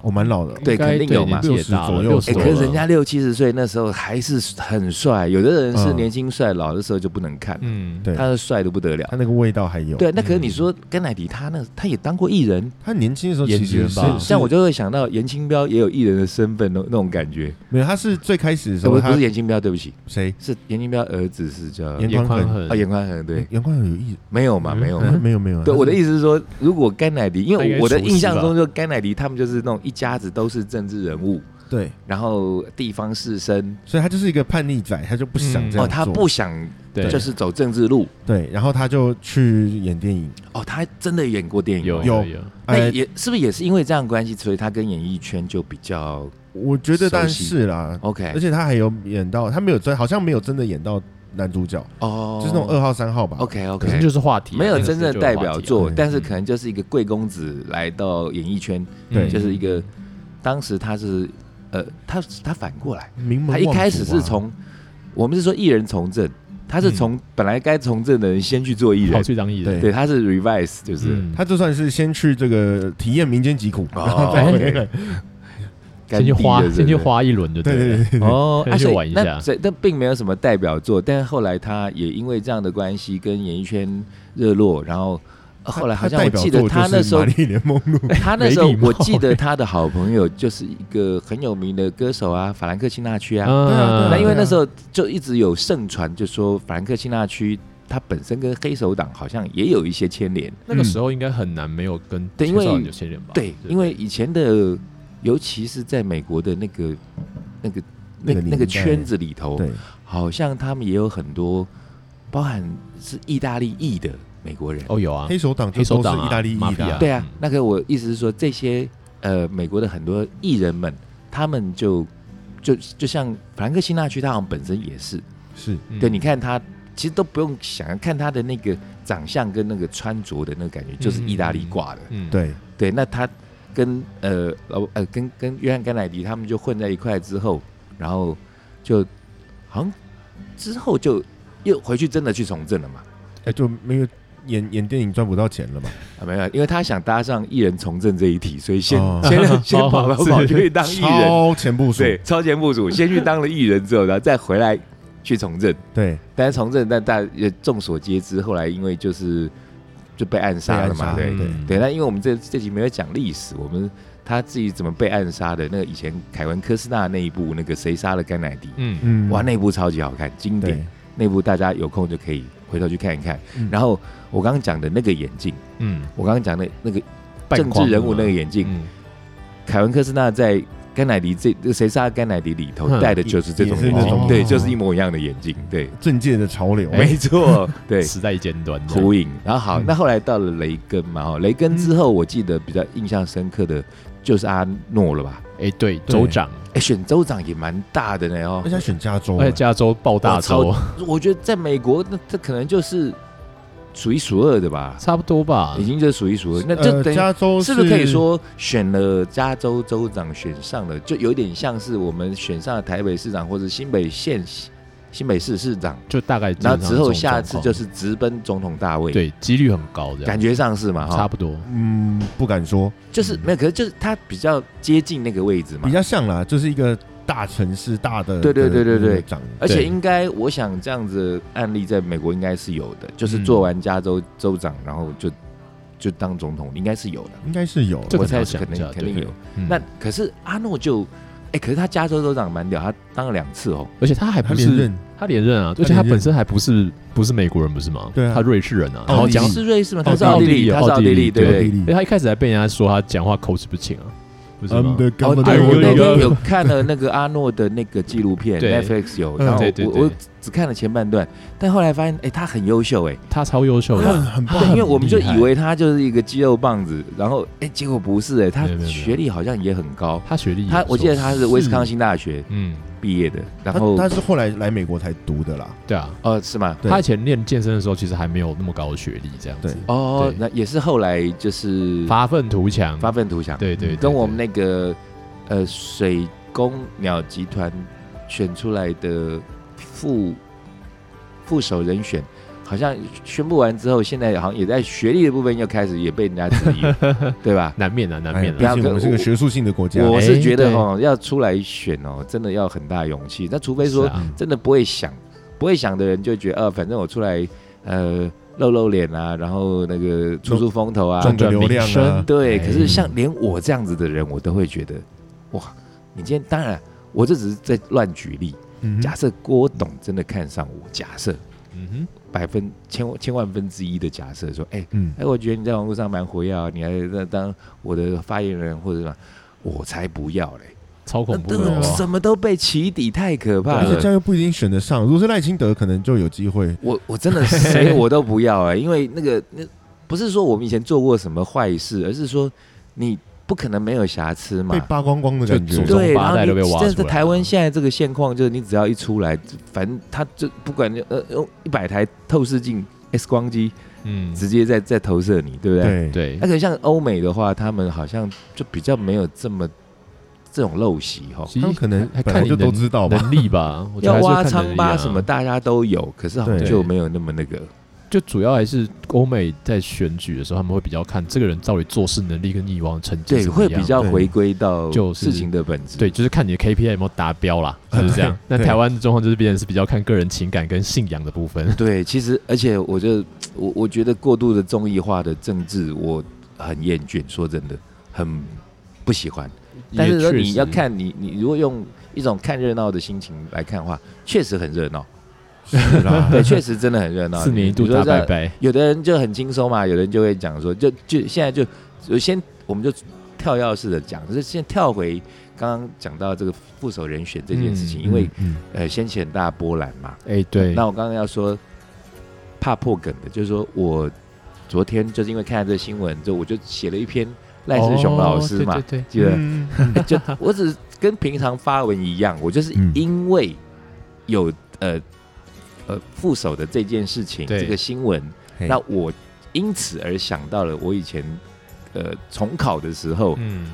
Speaker 2: 我蛮老的。
Speaker 1: 对
Speaker 3: 应该
Speaker 1: 肯定有嘛
Speaker 3: 对年纪也大
Speaker 2: 60左
Speaker 3: 了
Speaker 2: 右
Speaker 3: 六
Speaker 1: 哎、
Speaker 3: 十
Speaker 2: 是
Speaker 3: 左
Speaker 1: 可
Speaker 3: 右
Speaker 2: 啊
Speaker 3: 了，
Speaker 1: 是人家六七十岁那时候还是很帅，有的人是
Speaker 2: 嗯
Speaker 1: 年轻帅，老的时候就不能看，
Speaker 3: 嗯，
Speaker 2: 对
Speaker 1: 他是帅的不得
Speaker 2: 他
Speaker 1: 了。
Speaker 2: 那个味道还有。嗯
Speaker 1: 对，那可是你说甘乃迪他那他也当过艺人，
Speaker 2: 他年轻的时候其
Speaker 3: 演
Speaker 2: 实
Speaker 3: 员
Speaker 2: 是
Speaker 3: 吧
Speaker 1: 像我就会想到严清标也有艺人的身份，那那种感觉。
Speaker 2: 没有，他是最开始的时
Speaker 1: 呃不
Speaker 2: 候，
Speaker 1: 不
Speaker 2: 他
Speaker 1: 是严清标，对不起，
Speaker 2: 谁？
Speaker 1: 是严清标儿子是叫
Speaker 2: 严
Speaker 3: 眼
Speaker 2: 宽
Speaker 3: 眶
Speaker 2: 很
Speaker 1: 啊
Speaker 3: 很
Speaker 1: 严宽恒，对，
Speaker 2: 杨光有意，
Speaker 1: 没有嘛，
Speaker 3: 嗯
Speaker 1: 没有嘛。
Speaker 2: *laughs* 没有没有。
Speaker 1: *laughs* 对，我的
Speaker 2: 思，
Speaker 1: 意思是说，如果甘乃迪，因
Speaker 3: 他应
Speaker 1: 为
Speaker 3: 该
Speaker 1: 我的
Speaker 3: 厨师
Speaker 1: 印象
Speaker 3: 吧
Speaker 1: 中，就甘乃迪他们就是那种一家子都是政治人物，
Speaker 2: 对，
Speaker 1: 然后地方士绅。
Speaker 2: 所以他就是一个叛逆仔，他就不想这样
Speaker 1: 哦，他
Speaker 2: 做
Speaker 1: 不想
Speaker 3: 对，
Speaker 1: 就是走政治路。
Speaker 2: 对，然后他就去演电影，
Speaker 1: 哦，他真的演过电影
Speaker 3: 有
Speaker 1: 哦。
Speaker 2: 有
Speaker 3: 有有，
Speaker 1: 那
Speaker 2: 呃，
Speaker 1: 也是不是也是因为这样的关系，所以他跟演艺圈就比较
Speaker 2: 我觉得当然
Speaker 1: 熟悉
Speaker 2: 是啦，而
Speaker 1: OK
Speaker 2: 且他还有演到，他没有真，好像没有真的演到男主角，
Speaker 1: 哦，
Speaker 2: 就是那种二号、三号吧。
Speaker 1: OK
Speaker 3: 可是
Speaker 1: OK，
Speaker 3: 就是话题啊，
Speaker 1: 没有
Speaker 3: 那个
Speaker 1: 真正
Speaker 3: 就
Speaker 1: 的
Speaker 3: 有
Speaker 1: 代
Speaker 3: 话
Speaker 1: 表
Speaker 3: 题啊
Speaker 1: 作
Speaker 2: 嗯，
Speaker 1: 但是可能就是一个贵公子来到演艺圈，
Speaker 3: 嗯
Speaker 2: 对
Speaker 1: 就是一个当时他是呃，他他反过来。
Speaker 2: 名门
Speaker 1: 他
Speaker 2: 望
Speaker 1: 一
Speaker 2: 族啊
Speaker 1: 开始是从我们是说艺人从政，他
Speaker 3: 嗯
Speaker 1: 是从本来该从政的人先去做艺
Speaker 3: 跑
Speaker 1: 人，
Speaker 3: 去当艺人，
Speaker 1: 对，他是 revise，就是
Speaker 3: 嗯
Speaker 2: 他就算是先去这个体验民间疾苦，
Speaker 1: 哦
Speaker 2: 然后再回来。
Speaker 1: 干
Speaker 3: 先
Speaker 1: 地
Speaker 3: 去花
Speaker 1: 的，
Speaker 3: 先去
Speaker 1: 对不对
Speaker 3: 花一轮就
Speaker 2: 对
Speaker 3: 对
Speaker 2: 对
Speaker 3: 了，
Speaker 2: 对对，
Speaker 1: *laughs* 哦，
Speaker 3: 先
Speaker 1: 啊
Speaker 3: 去
Speaker 1: 所以
Speaker 3: 玩一下
Speaker 1: 那所以那并没有什么代表作，但是后来他也因为这样的关系跟演艺圈热络，然后呃 *laughs* 后来好像
Speaker 2: 代
Speaker 1: 我
Speaker 2: 表
Speaker 1: 记
Speaker 2: 作就
Speaker 1: 得他
Speaker 2: 是
Speaker 1: 那时候
Speaker 2: 玛丽莲梦露，
Speaker 1: 他那时候
Speaker 3: 没礼貌
Speaker 1: 我记得他的好朋友就是一个很有名的歌手啊，法兰克辛纳区啊，
Speaker 2: 对啊
Speaker 3: 嗯
Speaker 2: 对啊
Speaker 1: 那因
Speaker 2: 对
Speaker 1: 为那时候就一直有盛传，就说法兰克辛纳区它本身跟黑手党好像也有一些牵连。
Speaker 3: 那个时候应该很难没有跟
Speaker 1: 对因为
Speaker 3: 青少年有牵连吧？
Speaker 1: 对，因为以前的，尤其是在美国的那个、那个、
Speaker 2: 那个
Speaker 1: 那个
Speaker 2: 年代
Speaker 1: 那个圈子里头，
Speaker 2: 对，
Speaker 1: 好像他们也有很多，包含是意大利裔的美国人。
Speaker 3: 哦有啊，
Speaker 2: 黑手党就
Speaker 3: 黑手
Speaker 2: 都
Speaker 3: 党
Speaker 2: 是
Speaker 3: 啊
Speaker 2: 意大利
Speaker 3: 马
Speaker 2: 裔
Speaker 3: 屁
Speaker 2: 的
Speaker 3: 啊
Speaker 2: 啊，
Speaker 1: 对啊
Speaker 3: 嗯，
Speaker 1: 那个我意思是说，这些呃，美国的很多艺人们，他们就就就像法兰克辛纳区，他好像本身也是。
Speaker 2: 是
Speaker 3: 嗯
Speaker 1: 对，你看他其实都不用想，看他的那个长相跟那个穿着的那个感觉，
Speaker 2: 嗯
Speaker 1: 就是意大利挂的。
Speaker 3: 嗯，
Speaker 2: 对，
Speaker 1: 对，那他跟呃老呃跟跟约翰甘乃迪他们就混在一块之后，然后就好像之后就又回去真的去从政了嘛？
Speaker 2: 哎，就没有演演电影赚不到钱了嘛，
Speaker 1: 啊，没有，因为他想搭上艺人从政这一题，所以先、
Speaker 2: 哦 *laughs*
Speaker 1: 先先跑跑
Speaker 3: 是
Speaker 1: 跑去当艺人，
Speaker 2: 超前部署，
Speaker 1: 对，超前部署，先去当了艺人之后，然后再回来去从政。
Speaker 2: 对，
Speaker 1: 但是从政，但大也众所皆知，后来因为就是就被暗杀了嘛，
Speaker 2: 被暗
Speaker 1: 对
Speaker 2: 杀
Speaker 3: 嗯
Speaker 1: 对。那因为我们这这集没有讲历史，我们他自己怎么被暗杀的，那个以前凯文科斯纳那一部那个谁杀了甘乃迪，
Speaker 3: 嗯
Speaker 2: 嗯，
Speaker 1: 哇，那部超级好看，经典
Speaker 2: 对，，
Speaker 1: 那部大家有空就可以回头去看一看。
Speaker 2: 嗯
Speaker 1: 然后我刚刚讲的那个眼镜，
Speaker 3: 嗯，
Speaker 1: 我刚刚讲的那个
Speaker 3: 半
Speaker 1: 政治
Speaker 3: 框
Speaker 1: 人物那
Speaker 3: 的嘛
Speaker 1: 个眼镜，
Speaker 3: 嗯
Speaker 1: 凯文科斯纳在。甘乃迪这这谁杀了甘乃迪里头
Speaker 3: 哼
Speaker 1: 戴的就是这种
Speaker 2: 也是
Speaker 1: 眼
Speaker 2: 那
Speaker 1: 镜，
Speaker 3: 种
Speaker 1: 对，
Speaker 2: 哦
Speaker 1: 就是一模一样的眼镜，对，
Speaker 2: 政界的潮流，
Speaker 1: 没
Speaker 3: *laughs*
Speaker 1: 错，对，
Speaker 3: 哎死在尖端这样，
Speaker 1: 呼应。然后好，
Speaker 2: 嗯
Speaker 1: 那后来到了雷根嘛，哦，雷根之后，我记得比较印象深刻的就是阿诺了吧？
Speaker 3: 哎，对，州长，
Speaker 1: 哎，选州长也蛮大的呢哦
Speaker 2: 而且。他选加州
Speaker 3: 而且
Speaker 2: 哎，
Speaker 3: 加州爆大州
Speaker 1: 哇，我觉得在美国，那这可能就是数一数二的吧，
Speaker 3: 差不多吧
Speaker 1: 已，经就是数一数二。那就
Speaker 2: 呃，
Speaker 1: 等于
Speaker 2: 加州
Speaker 1: 是不是可以说选了加州州长选上了，就有点像是我们选上了台北市长或者新北县新北市市长，
Speaker 3: 就大概基本
Speaker 1: 然
Speaker 3: 上
Speaker 1: 后之后
Speaker 3: 这种状况。
Speaker 1: 下次就是直奔总统大位，，
Speaker 3: 对几率很高这样，
Speaker 1: 感觉上是嘛哈，
Speaker 3: 差不多。
Speaker 2: 嗯，不敢说，
Speaker 1: 就是没有，可是就是他比较接近那个位置嘛
Speaker 2: 比，较像啦，就是一个大城市大的
Speaker 1: 对对对对对哎
Speaker 2: 的那个长，
Speaker 1: 而且
Speaker 3: 对
Speaker 1: 应该我想这样子的案例在美国应该是有的，就是
Speaker 3: 嗯
Speaker 1: 做完加州州长，然后就就当总统，应该是有的。
Speaker 2: 应该是有
Speaker 3: 这
Speaker 1: 我
Speaker 3: 个可能
Speaker 1: 猜
Speaker 3: 要
Speaker 1: 是
Speaker 3: 想
Speaker 1: 肯
Speaker 3: 一下
Speaker 1: 定肯定
Speaker 3: 对
Speaker 1: 有。
Speaker 3: 嗯
Speaker 1: 那可是阿诺就，哎，可是他加州州长蛮屌，他当了两次哦。
Speaker 3: 而且他还
Speaker 2: 他
Speaker 3: 不
Speaker 2: 连
Speaker 3: 是
Speaker 2: 任，
Speaker 3: 他连任啊，
Speaker 2: 他
Speaker 3: 而且他
Speaker 2: 连任
Speaker 3: 本身还不是不是美国人不是吗？
Speaker 2: 对啊
Speaker 3: 他瑞士人啊，然
Speaker 2: 奥
Speaker 3: 后
Speaker 2: 地利
Speaker 3: 讲
Speaker 1: 你，是瑞士吗？他是
Speaker 3: 哦
Speaker 1: 奥地
Speaker 3: 奥地利
Speaker 1: 利，他是
Speaker 3: 奥
Speaker 1: 奥
Speaker 3: 地
Speaker 1: 地
Speaker 3: 利
Speaker 1: 利，
Speaker 3: 对
Speaker 1: 对
Speaker 2: 奥地
Speaker 1: 对。
Speaker 3: 因为
Speaker 2: 利
Speaker 3: 他一开始还被人家说他讲话口齿不清啊，不是
Speaker 2: I'm
Speaker 3: 吗？
Speaker 2: the
Speaker 1: 哦，
Speaker 3: 哎
Speaker 1: 对，
Speaker 3: 呦
Speaker 1: 我那
Speaker 3: 呦
Speaker 1: 天
Speaker 3: 呦
Speaker 2: governor。
Speaker 1: 有看了那个阿诺的那个纪录片
Speaker 3: 对
Speaker 1: ，Netflix 有，
Speaker 2: 嗯
Speaker 1: 然后
Speaker 3: *laughs* 对对
Speaker 1: 我
Speaker 3: 对
Speaker 1: 我只看了前半段，但后来发现，哎，他很优秀，哎，
Speaker 3: 他超优秀
Speaker 2: 他
Speaker 3: 的，
Speaker 2: 很
Speaker 1: *laughs* 对，因
Speaker 2: 棒，
Speaker 1: 为我们就
Speaker 3: 厉害
Speaker 1: 以为他就是一个肌肉棒子，然后哎，结果不是，哎，他
Speaker 3: 没有没有没有
Speaker 1: 学历好像也很高，
Speaker 3: 他学历也
Speaker 1: 他
Speaker 3: 不
Speaker 1: 我记得
Speaker 3: 错
Speaker 1: 他是威斯康星大学
Speaker 3: 嗯，
Speaker 1: 毕业的，然
Speaker 2: 他
Speaker 1: 后
Speaker 2: 他是后来来美国才读的啦。
Speaker 3: 对啊，
Speaker 1: 哦是吗？
Speaker 2: 对
Speaker 3: 他以前练健身的时候其实还没有那么高的学历，这样子
Speaker 2: 对
Speaker 1: 哦
Speaker 3: 对，
Speaker 1: 那也是后来就是
Speaker 3: 发愤图强，
Speaker 1: 发愤图强，
Speaker 3: 对对，对
Speaker 1: 跟我们
Speaker 3: 对
Speaker 1: 那个呃水工鸟集团选出来的副副手人选，好像宣布完之后，现在好像也在学历的部分又开始也被人家质疑了，
Speaker 3: *laughs*
Speaker 1: 对吧？
Speaker 3: 难免啊，难
Speaker 2: 哎
Speaker 3: 免
Speaker 2: 毕
Speaker 3: 啊，
Speaker 1: 要
Speaker 2: 竟
Speaker 1: 可
Speaker 2: 我们是个学术性的国家，
Speaker 1: 我是觉得
Speaker 3: 哎对
Speaker 1: 哦，要出来选哦，真的要很大勇气。那除非
Speaker 3: 是
Speaker 1: 说
Speaker 3: 啊
Speaker 1: 真的不会想，不会想的人就觉得，呃，反正我出来呃露露脸啊，然后那个出出风头啊，
Speaker 2: 赚个
Speaker 3: 赚
Speaker 2: 流
Speaker 3: 名
Speaker 2: 量啊
Speaker 3: 声，
Speaker 1: 对，
Speaker 3: 哎
Speaker 1: 可是像连我这样子的人，我都会觉得，哇，你今天当然，我这只是在乱举例。
Speaker 2: 嗯哼
Speaker 1: 假设郭董真的看上我，假设
Speaker 3: 嗯
Speaker 1: 百分千万千万分之一的假设说，哎、
Speaker 2: 嗯
Speaker 1: 哎、，我觉得你在网络上蛮活跃啊，你还在当我的发言人或者什么，我才不要嘞！
Speaker 3: 哼，超恐怖
Speaker 1: 那
Speaker 3: 的，好哦
Speaker 1: 个
Speaker 3: 不好
Speaker 1: 呃什么都被起底，太可怕
Speaker 2: 而且这样
Speaker 1: 了。
Speaker 2: 又不一定选得上。如果是赖清德，可能就有机会。
Speaker 1: 我我真的谁我都不要哎、因为那个那不是说我们以前做过什么坏事，而是说你不可能没有瑕疵嘛
Speaker 2: 被。扒光光的感觉
Speaker 3: 就，祖宗
Speaker 1: 对，然
Speaker 3: 八
Speaker 1: 后
Speaker 3: 代
Speaker 1: 你
Speaker 3: 都被挖
Speaker 1: 真
Speaker 3: 出
Speaker 1: 的
Speaker 3: 来
Speaker 1: 台湾
Speaker 3: 了
Speaker 1: 现在这个现况，就是你只要一出来，反正他就不管呃用一百台透视镜、X 光机
Speaker 3: 嗯，
Speaker 1: 直接在在投射你，对不对？
Speaker 2: 对，
Speaker 3: 对
Speaker 1: 那，可能像欧美的话，他们好像就比较没有这么这种陋习哈。
Speaker 3: 其实
Speaker 2: 他们可能
Speaker 3: 还
Speaker 2: 本来
Speaker 3: 看你
Speaker 2: 就都
Speaker 3: 能
Speaker 2: 知道吧。
Speaker 3: 能力吧，我觉得
Speaker 1: 要
Speaker 3: 还是
Speaker 1: 挖
Speaker 3: 看
Speaker 1: 疮
Speaker 3: 能力
Speaker 1: 疤
Speaker 3: 啊
Speaker 1: 什么，大家都有，可是好像
Speaker 2: 对
Speaker 1: 就没有那么那个。
Speaker 3: 就主要还是欧美在选举的时候，他们会比较看这个人到底做事能力跟以往成绩
Speaker 1: 对，
Speaker 3: 怎么
Speaker 1: 会
Speaker 3: 样
Speaker 1: 比较
Speaker 2: 对。
Speaker 1: 回归到
Speaker 3: 就是
Speaker 1: 事情的本质。
Speaker 3: 对，就是看你的 KPI 有没有达标啦，就是这样
Speaker 2: 对
Speaker 3: 那台湾的状况就是变成是比较看个人情感跟信仰的
Speaker 1: *laughs*
Speaker 3: 部分，
Speaker 1: 对，其实而且我就我我觉得过度的综艺化的政治，我很厌倦，说真的，很不喜欢。但是说
Speaker 3: 也确
Speaker 1: 你
Speaker 3: 实
Speaker 1: 要看你你如果用一种看热闹的心情来看的话，确实很热 *laughs* 闹，
Speaker 2: 是啦，
Speaker 1: *laughs* 对，确实真的很热闹。
Speaker 3: 四年一度
Speaker 1: 你说
Speaker 3: 大拜
Speaker 1: 在
Speaker 3: 拜，
Speaker 1: 有的人就很轻松嘛，有的人就会讲说，就就现在就就先我们就跳跃式的讲，就是先跳回刚刚讲到这个副手人选这件事情，
Speaker 3: 嗯
Speaker 1: 因为
Speaker 2: 嗯
Speaker 1: 呃先前大波澜嘛，
Speaker 3: 哎，对，
Speaker 1: 那我刚刚要说怕破梗的，就是说我昨天就是因为看了这新闻之后，我就写了一篇赖世雄老师嘛，
Speaker 3: 哦对对对，
Speaker 1: 记得、
Speaker 2: 嗯嗯
Speaker 1: 就我只跟平常发文一样，我就是
Speaker 2: 嗯
Speaker 1: 因为有呃呃副手的这件事情，
Speaker 3: 对
Speaker 1: 这个新闻，
Speaker 2: 嘿
Speaker 1: 那我因此而想到了我以前呃重考的时候
Speaker 3: 嗯，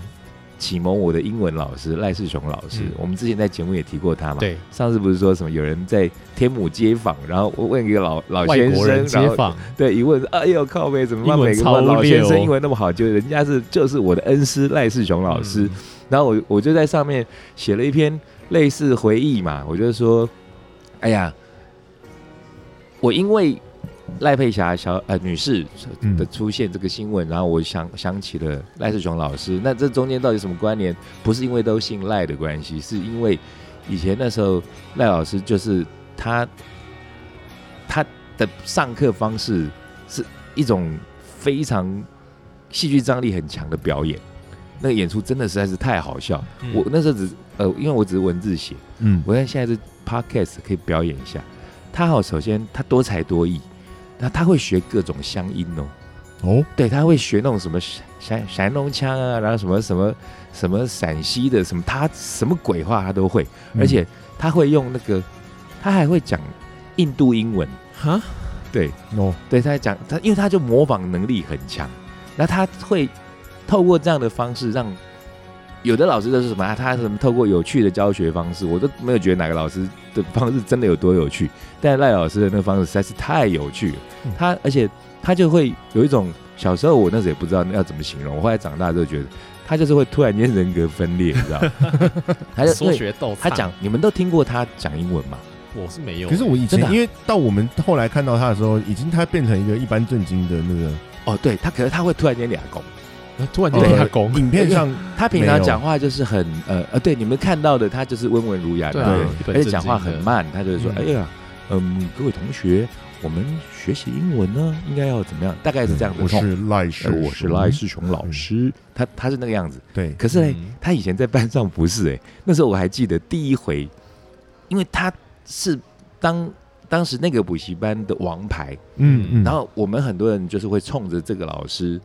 Speaker 1: 启蒙我的英文老师赖世雄老师
Speaker 3: 嗯，
Speaker 1: 我们之前在节目也提过他嘛，
Speaker 3: 对，
Speaker 1: 上次不是说什么有人在天母街访，然后我问一个老老
Speaker 3: 外
Speaker 1: 先
Speaker 3: 国
Speaker 1: 生，
Speaker 3: 人街
Speaker 1: 然后
Speaker 3: 访，
Speaker 1: 对一问，哎呦靠背，怎么办
Speaker 3: 英文
Speaker 1: 每个
Speaker 3: 超哦
Speaker 1: 老
Speaker 3: 溜
Speaker 1: 先生英文那么好，就人家是就是我的恩师赖世雄老师，
Speaker 3: 嗯
Speaker 1: 然后我我就在上面写了一篇类似回忆嘛，我就说，哎呀，我因为赖佩霞小呃女士
Speaker 2: 嗯
Speaker 1: 的出现这个新闻，然后我想想起了赖世雄老师，那这中间到底什么关联？不是因为都姓赖的关系，是因为以前那时候赖老师就是他他的上课方式是一种非常戏剧张力很强的表演。那个演出真的实在是太好笑，
Speaker 3: 嗯
Speaker 1: 我那时候只呃，因为我只是文字写，
Speaker 2: 嗯
Speaker 1: 我看现在是 podcast 可以表演一下。他好，首先他多才多艺，那他会学各种乡音哦，
Speaker 2: 哦，
Speaker 1: 对，他会学那种什么山山山东腔啊，然后什么什么什么陕西的什么，他什么鬼话他都会，
Speaker 2: 嗯
Speaker 1: 而且他会用那个，他还会讲印度英文，
Speaker 3: 哈，
Speaker 1: 对，
Speaker 2: 嗯哦，
Speaker 1: 对，他在讲他，因为他就模仿能力很强，那他会透过这样的方式让。有的老师都是什么啊？他什么透过有趣的教学方式，我都没有觉得哪个老师的方式真的有多有趣。但赖老师的那个方式实在是太有趣了
Speaker 2: 嗯，
Speaker 1: 他而且他就会有一种小时候我那时候也不知道要怎么形容，我后来长大之后觉得他就是会突然间人格分裂，你知道 *laughs* 吗？他就
Speaker 3: 说
Speaker 1: 因为
Speaker 3: 学逗
Speaker 1: 他
Speaker 3: 唱
Speaker 1: 讲，你们都听过他讲英文吗？
Speaker 3: 我是没有，
Speaker 2: 可是我以前
Speaker 1: 真的啊
Speaker 2: 因为到我们后来看到他的时候，已经他变成一个一般正经的那个
Speaker 1: 哦，对他，可是他会突然间俩拱。
Speaker 3: 突然
Speaker 2: 对
Speaker 1: 啊
Speaker 3: 间打工，
Speaker 2: 呃影片
Speaker 1: *laughs*
Speaker 2: 上，
Speaker 1: 他平常讲话就是很呃呃，对，你们看到的他就是温文儒雅
Speaker 3: 对
Speaker 1: 的
Speaker 3: 啊
Speaker 1: 人，
Speaker 3: 一本
Speaker 1: 而且
Speaker 3: 正经
Speaker 1: 讲话很慢，他就会说：“
Speaker 3: 嗯
Speaker 1: 哎呀，嗯，各位同学，我们学习英文呢，应该要怎么样？大概是这样的
Speaker 2: 嗯我
Speaker 1: 痛。
Speaker 2: 是赖世
Speaker 1: 呃
Speaker 2: 雄，
Speaker 1: 我是赖世雄老师，他他是那个样子。
Speaker 2: 对，
Speaker 1: 可是呢，
Speaker 3: 嗯
Speaker 1: 他以前在班上不是哎、那时候我还记得第一回，因为他是当当时那个补习班的王牌，
Speaker 2: 嗯嗯，
Speaker 1: 然后我们很多人就是会冲着这个老师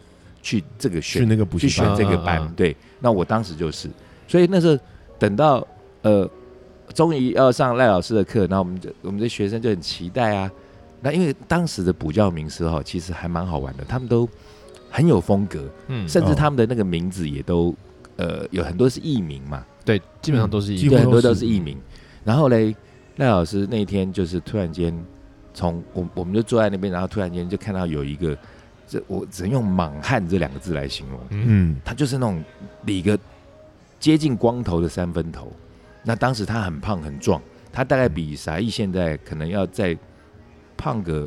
Speaker 1: 去这个选
Speaker 2: 去那个补
Speaker 1: 去
Speaker 2: 习
Speaker 1: 选
Speaker 2: 班，
Speaker 1: 这个
Speaker 3: 啊啊
Speaker 1: 班
Speaker 3: 啊。
Speaker 1: 对，那我当时就是，所以那时候等到呃，终于要上赖老师的课，然后我们就我们的学生就很期待啊。那因为当时的补教名师哈，其实还蛮好玩的，他们都很有风格，
Speaker 3: 嗯，
Speaker 1: 甚至
Speaker 2: 哦
Speaker 1: 他们的那个名字也都呃有很多是艺名嘛，
Speaker 3: 对，基
Speaker 1: 嗯
Speaker 3: 本上都是一
Speaker 2: 几乎
Speaker 1: 对，
Speaker 3: 个
Speaker 1: 很多
Speaker 2: 都
Speaker 1: 都
Speaker 2: 是
Speaker 1: 是艺名。然后嘞，赖老师那一天就是突然间从我我们就坐在那边，然后突然间就看到有一个，这我只能用莽汉这两个字来形容，
Speaker 3: 嗯
Speaker 2: 嗯
Speaker 1: 他就是那种理个接近光头的三分头。那当时他很胖很壮，他大概比傻义现在可能要再胖个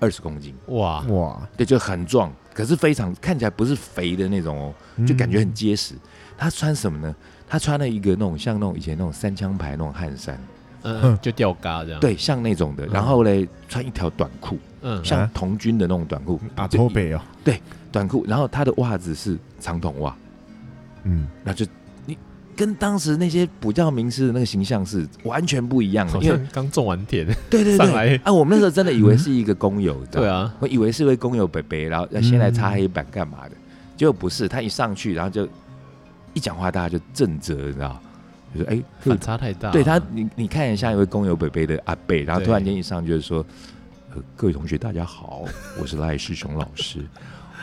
Speaker 1: 二十公斤，
Speaker 3: 嗯哇，
Speaker 2: 哇，
Speaker 1: 对，就很壮，可是非常看起来不是肥的那种哦，
Speaker 3: 嗯
Speaker 2: 嗯
Speaker 1: 就感觉很结实。他穿什么呢？他穿了一个那种像那种以前那种三枪牌那种汗衫，
Speaker 3: 嗯
Speaker 2: 哼，
Speaker 3: 就吊嘎这样，，
Speaker 1: 对，像那种的。
Speaker 3: 嗯
Speaker 1: 然后嘞，穿一条短裤，
Speaker 3: 嗯，
Speaker 1: 像童军的那种短裤，
Speaker 2: 阿
Speaker 1: 就
Speaker 2: 托北哦，
Speaker 1: 短裤。然后他的袜子是长筒袜，
Speaker 2: 嗯，
Speaker 1: 那就你跟当时那些补教名师的那个形象是完全不一样的
Speaker 3: 好，
Speaker 1: 因为
Speaker 3: 像刚种完田，
Speaker 1: 对对
Speaker 3: 上
Speaker 1: 对，
Speaker 3: 来，
Speaker 1: 啊，我们那时候真的以为是一个工友，
Speaker 3: *laughs* 对
Speaker 1: 啊，
Speaker 3: 啊，
Speaker 1: 我以为是位工友北北，然后要先来擦黑板干嘛的，结果不是，他一上去，然后就一讲话，大家就震折，你知道，就说哎，
Speaker 3: 反差太大，
Speaker 1: 对他，你你看一下一位工友北北的阿贝，然后
Speaker 3: 对
Speaker 1: 突然间一上就是说，呃，各位同学大家好，我是赖世雄老师，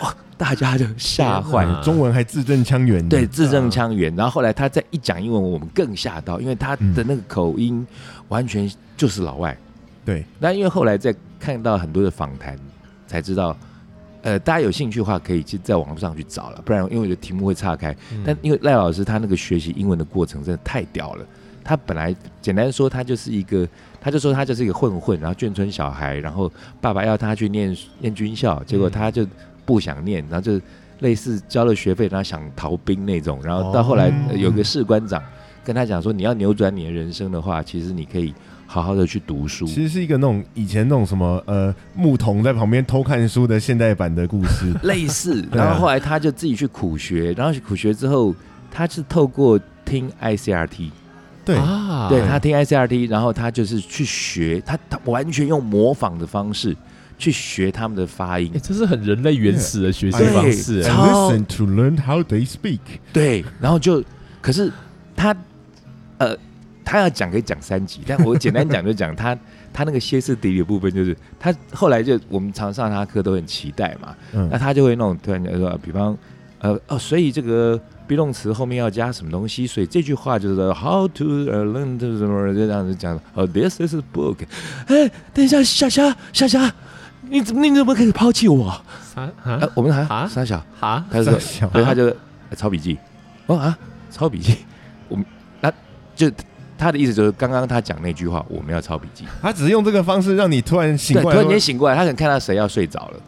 Speaker 1: 哇，大家就吓坏
Speaker 3: 天
Speaker 1: 了
Speaker 3: 哪。
Speaker 2: 哎中文还字正腔圆，
Speaker 1: 哎对，，字正腔圆。然后后来他再一讲英文，我们更吓到，因为他的那个口音完全就是老外。
Speaker 2: 对，
Speaker 1: 那因为后来再看到很多的访谈，才知道，呃，大家有兴趣的话可以去在网络上去找了，不然因为我觉得题目会岔开。
Speaker 3: 嗯，
Speaker 1: 但因为赖老师他那个学习英文的过程真的太屌了。他本来简单说，他就是一个，他就说他就是一个混混，然后眷村小孩，然后爸爸要他去念念军校，结果他就不想念，然后就类似交了学费，然后想逃兵那种。然后到后来、呃有个士官长跟他讲说，你要扭转你的人生的话，其实你可以好好的去读书。，
Speaker 2: 其实是一个那种以前那种什么呃牧童在旁边偷看书的现代版的故事
Speaker 1: *laughs* 类似。
Speaker 2: 对啊
Speaker 1: 然后后来他就自己去苦学，然后去苦学之后，他是透过听 ICRT，
Speaker 2: 对，
Speaker 3: 啊，
Speaker 1: 对他听 ICRT，然后他就是去学，他他完全用模仿的方式去学他们的发音
Speaker 3: 哎，，这是很人类原始的学习
Speaker 1: 对
Speaker 3: 方式，哎
Speaker 1: 超
Speaker 2: And listen to learn how they speak，
Speaker 1: 对，然后就可是他呃。他要讲可以讲三集，但我简单讲就讲 *laughs* 他他那个歇斯底里的部分，就是他后来就我们常上他课都很期待嘛，那
Speaker 2: 嗯，
Speaker 1: 他就会那种突然间说，哦比方，呃哦，所以这个 be 动词后面要加什么东西，所以这句话就是 how to 呃 learn to 什么就这样子讲。哦，this is a book。哎，等一下，夏夏夏夏，你怎么你怎么可以抛弃我？
Speaker 3: 啥
Speaker 1: 呃
Speaker 3: 啊，
Speaker 1: 我们还
Speaker 3: 啊
Speaker 1: 傻小，
Speaker 3: 啊，
Speaker 1: 他就
Speaker 2: 傻
Speaker 1: 说，
Speaker 2: 笑
Speaker 1: 所以他就呃抄笔记。哦啊，抄笔记，我们那就他的意思就是刚刚他讲那句话，我们要抄笔记。
Speaker 2: 他只是用这个方式让你突然醒
Speaker 1: 对，突
Speaker 2: 过来，
Speaker 1: 然间醒过来，他可能看到谁要睡着了，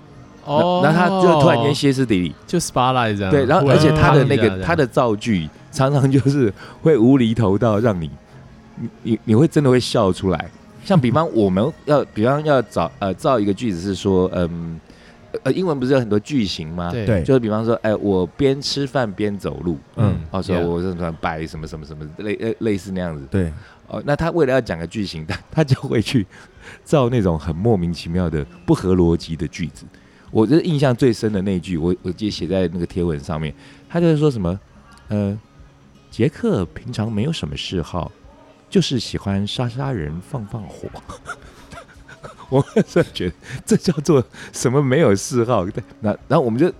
Speaker 3: 哦，
Speaker 1: 然后他就突然间歇斯底里。
Speaker 3: 就 spotlight 这样，
Speaker 1: 对，然后而且他的那
Speaker 3: 突然间啪一下这
Speaker 1: 个
Speaker 3: 样
Speaker 1: 他的造句常常就是会无厘头到让你你你你会真的会笑出来。像比方我们要 *laughs* 比方要找呃造一个句子是说嗯呃英文不是有很多句型吗？，
Speaker 3: 对
Speaker 2: 对，
Speaker 1: 就是比方说哎、我边吃饭边走路，
Speaker 2: 嗯，
Speaker 1: 哦，说
Speaker 3: Yeah
Speaker 1: 我什么摆什么什么什么类呃类似那样子。
Speaker 2: 对，
Speaker 1: 哦，那他为了要讲个句型，他 *laughs* 他就会去造那种很莫名其妙的不合逻辑的句子。我这印象最深的那一句，我我记得写在那个贴文上面，他就是说什么，呃，杰克平常没有什么嗜好，就是喜欢杀杀人放放火。 *laughs* 我那时候觉得这叫做什么没有嗜好？对那然后我们就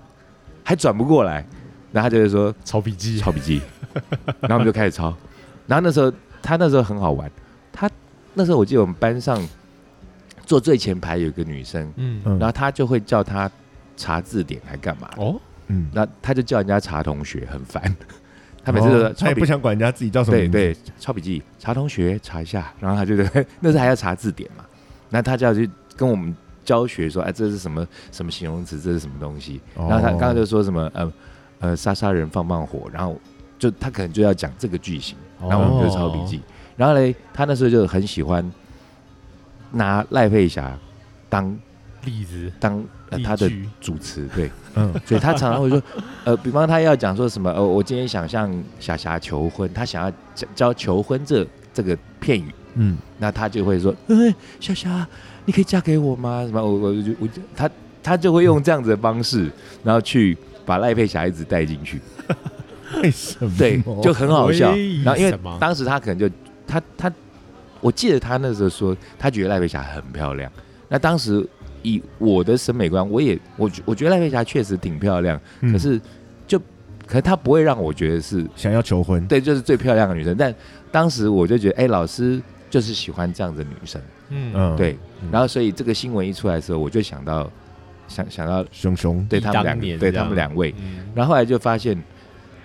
Speaker 1: 还转不过来，然后他就会说
Speaker 3: 抄笔记，
Speaker 1: 抄笔记，然后我们就开始抄。然后那时候他那时候很好玩，他那时候我记得我们班上坐最前排有一个女生，
Speaker 3: 嗯
Speaker 2: 嗯
Speaker 1: 然后他就会叫她查字典还干嘛的，
Speaker 3: 哦，
Speaker 2: 嗯，
Speaker 1: 那他就叫人家查同学，很烦。 *laughs* 他每次都说
Speaker 2: 哦他
Speaker 1: 抄
Speaker 2: 也
Speaker 1: 笔
Speaker 2: 不想管人家自己叫什么
Speaker 1: 对
Speaker 2: 名字，
Speaker 1: 对，抄笔记，查同学查一下，然后他就 *laughs* 在那时候还要查字典嘛，那他就要去跟我们教学说，哎，这是什么什么形容词，这是什么东西，
Speaker 2: 哦，
Speaker 1: 然后他刚刚就说什么呃呃杀杀人放放火，然后就他可能就要讲这个句型，然后我们就抄笔记。然后嘞，他那时候就很喜欢拿赖佩霞当
Speaker 4: 例子，
Speaker 1: 当、呃
Speaker 4: 例
Speaker 1: 他的
Speaker 4: 句
Speaker 1: 主词，对，
Speaker 2: 嗯，
Speaker 1: 所以他常常会说， *laughs* 呃，比方他要讲说什么，呃，我今天想向霞霞求婚，他想要教教求婚这这个片语， *laughs*
Speaker 2: 嗯，
Speaker 1: 那他就会说，嗯，霞霞，你可以嫁给我吗？什么，我我就我就他他就会用这样子的方式，然后去把赖佩霞一直带进去，
Speaker 2: 为什么？
Speaker 4: *laughs*
Speaker 1: 对，就很好笑
Speaker 4: 哦为。
Speaker 1: 然后因为
Speaker 4: 什么
Speaker 1: 当时他可能就他他，我记得他那时候说，他觉得赖佩霞很漂亮。那当时以我的审美观，我也我觉我觉得赖佩霞确实挺漂亮。
Speaker 2: 嗯
Speaker 1: 可是就可是她不会让我觉得是
Speaker 2: 想要求婚，
Speaker 1: 对，就是最漂亮的女生。但当时我就觉得，哎、老师就是喜欢这样的女生，
Speaker 4: 嗯，
Speaker 2: 嗯，
Speaker 1: 对。
Speaker 2: 嗯
Speaker 1: 然后所以这个新闻一出来的时候，我就想到想想到
Speaker 2: 熊熊，
Speaker 1: 对他们两
Speaker 4: 忆当年
Speaker 1: 个，对
Speaker 4: 这
Speaker 1: 他
Speaker 4: 样
Speaker 1: 们两位。
Speaker 4: 嗯
Speaker 1: 然后后来就发现，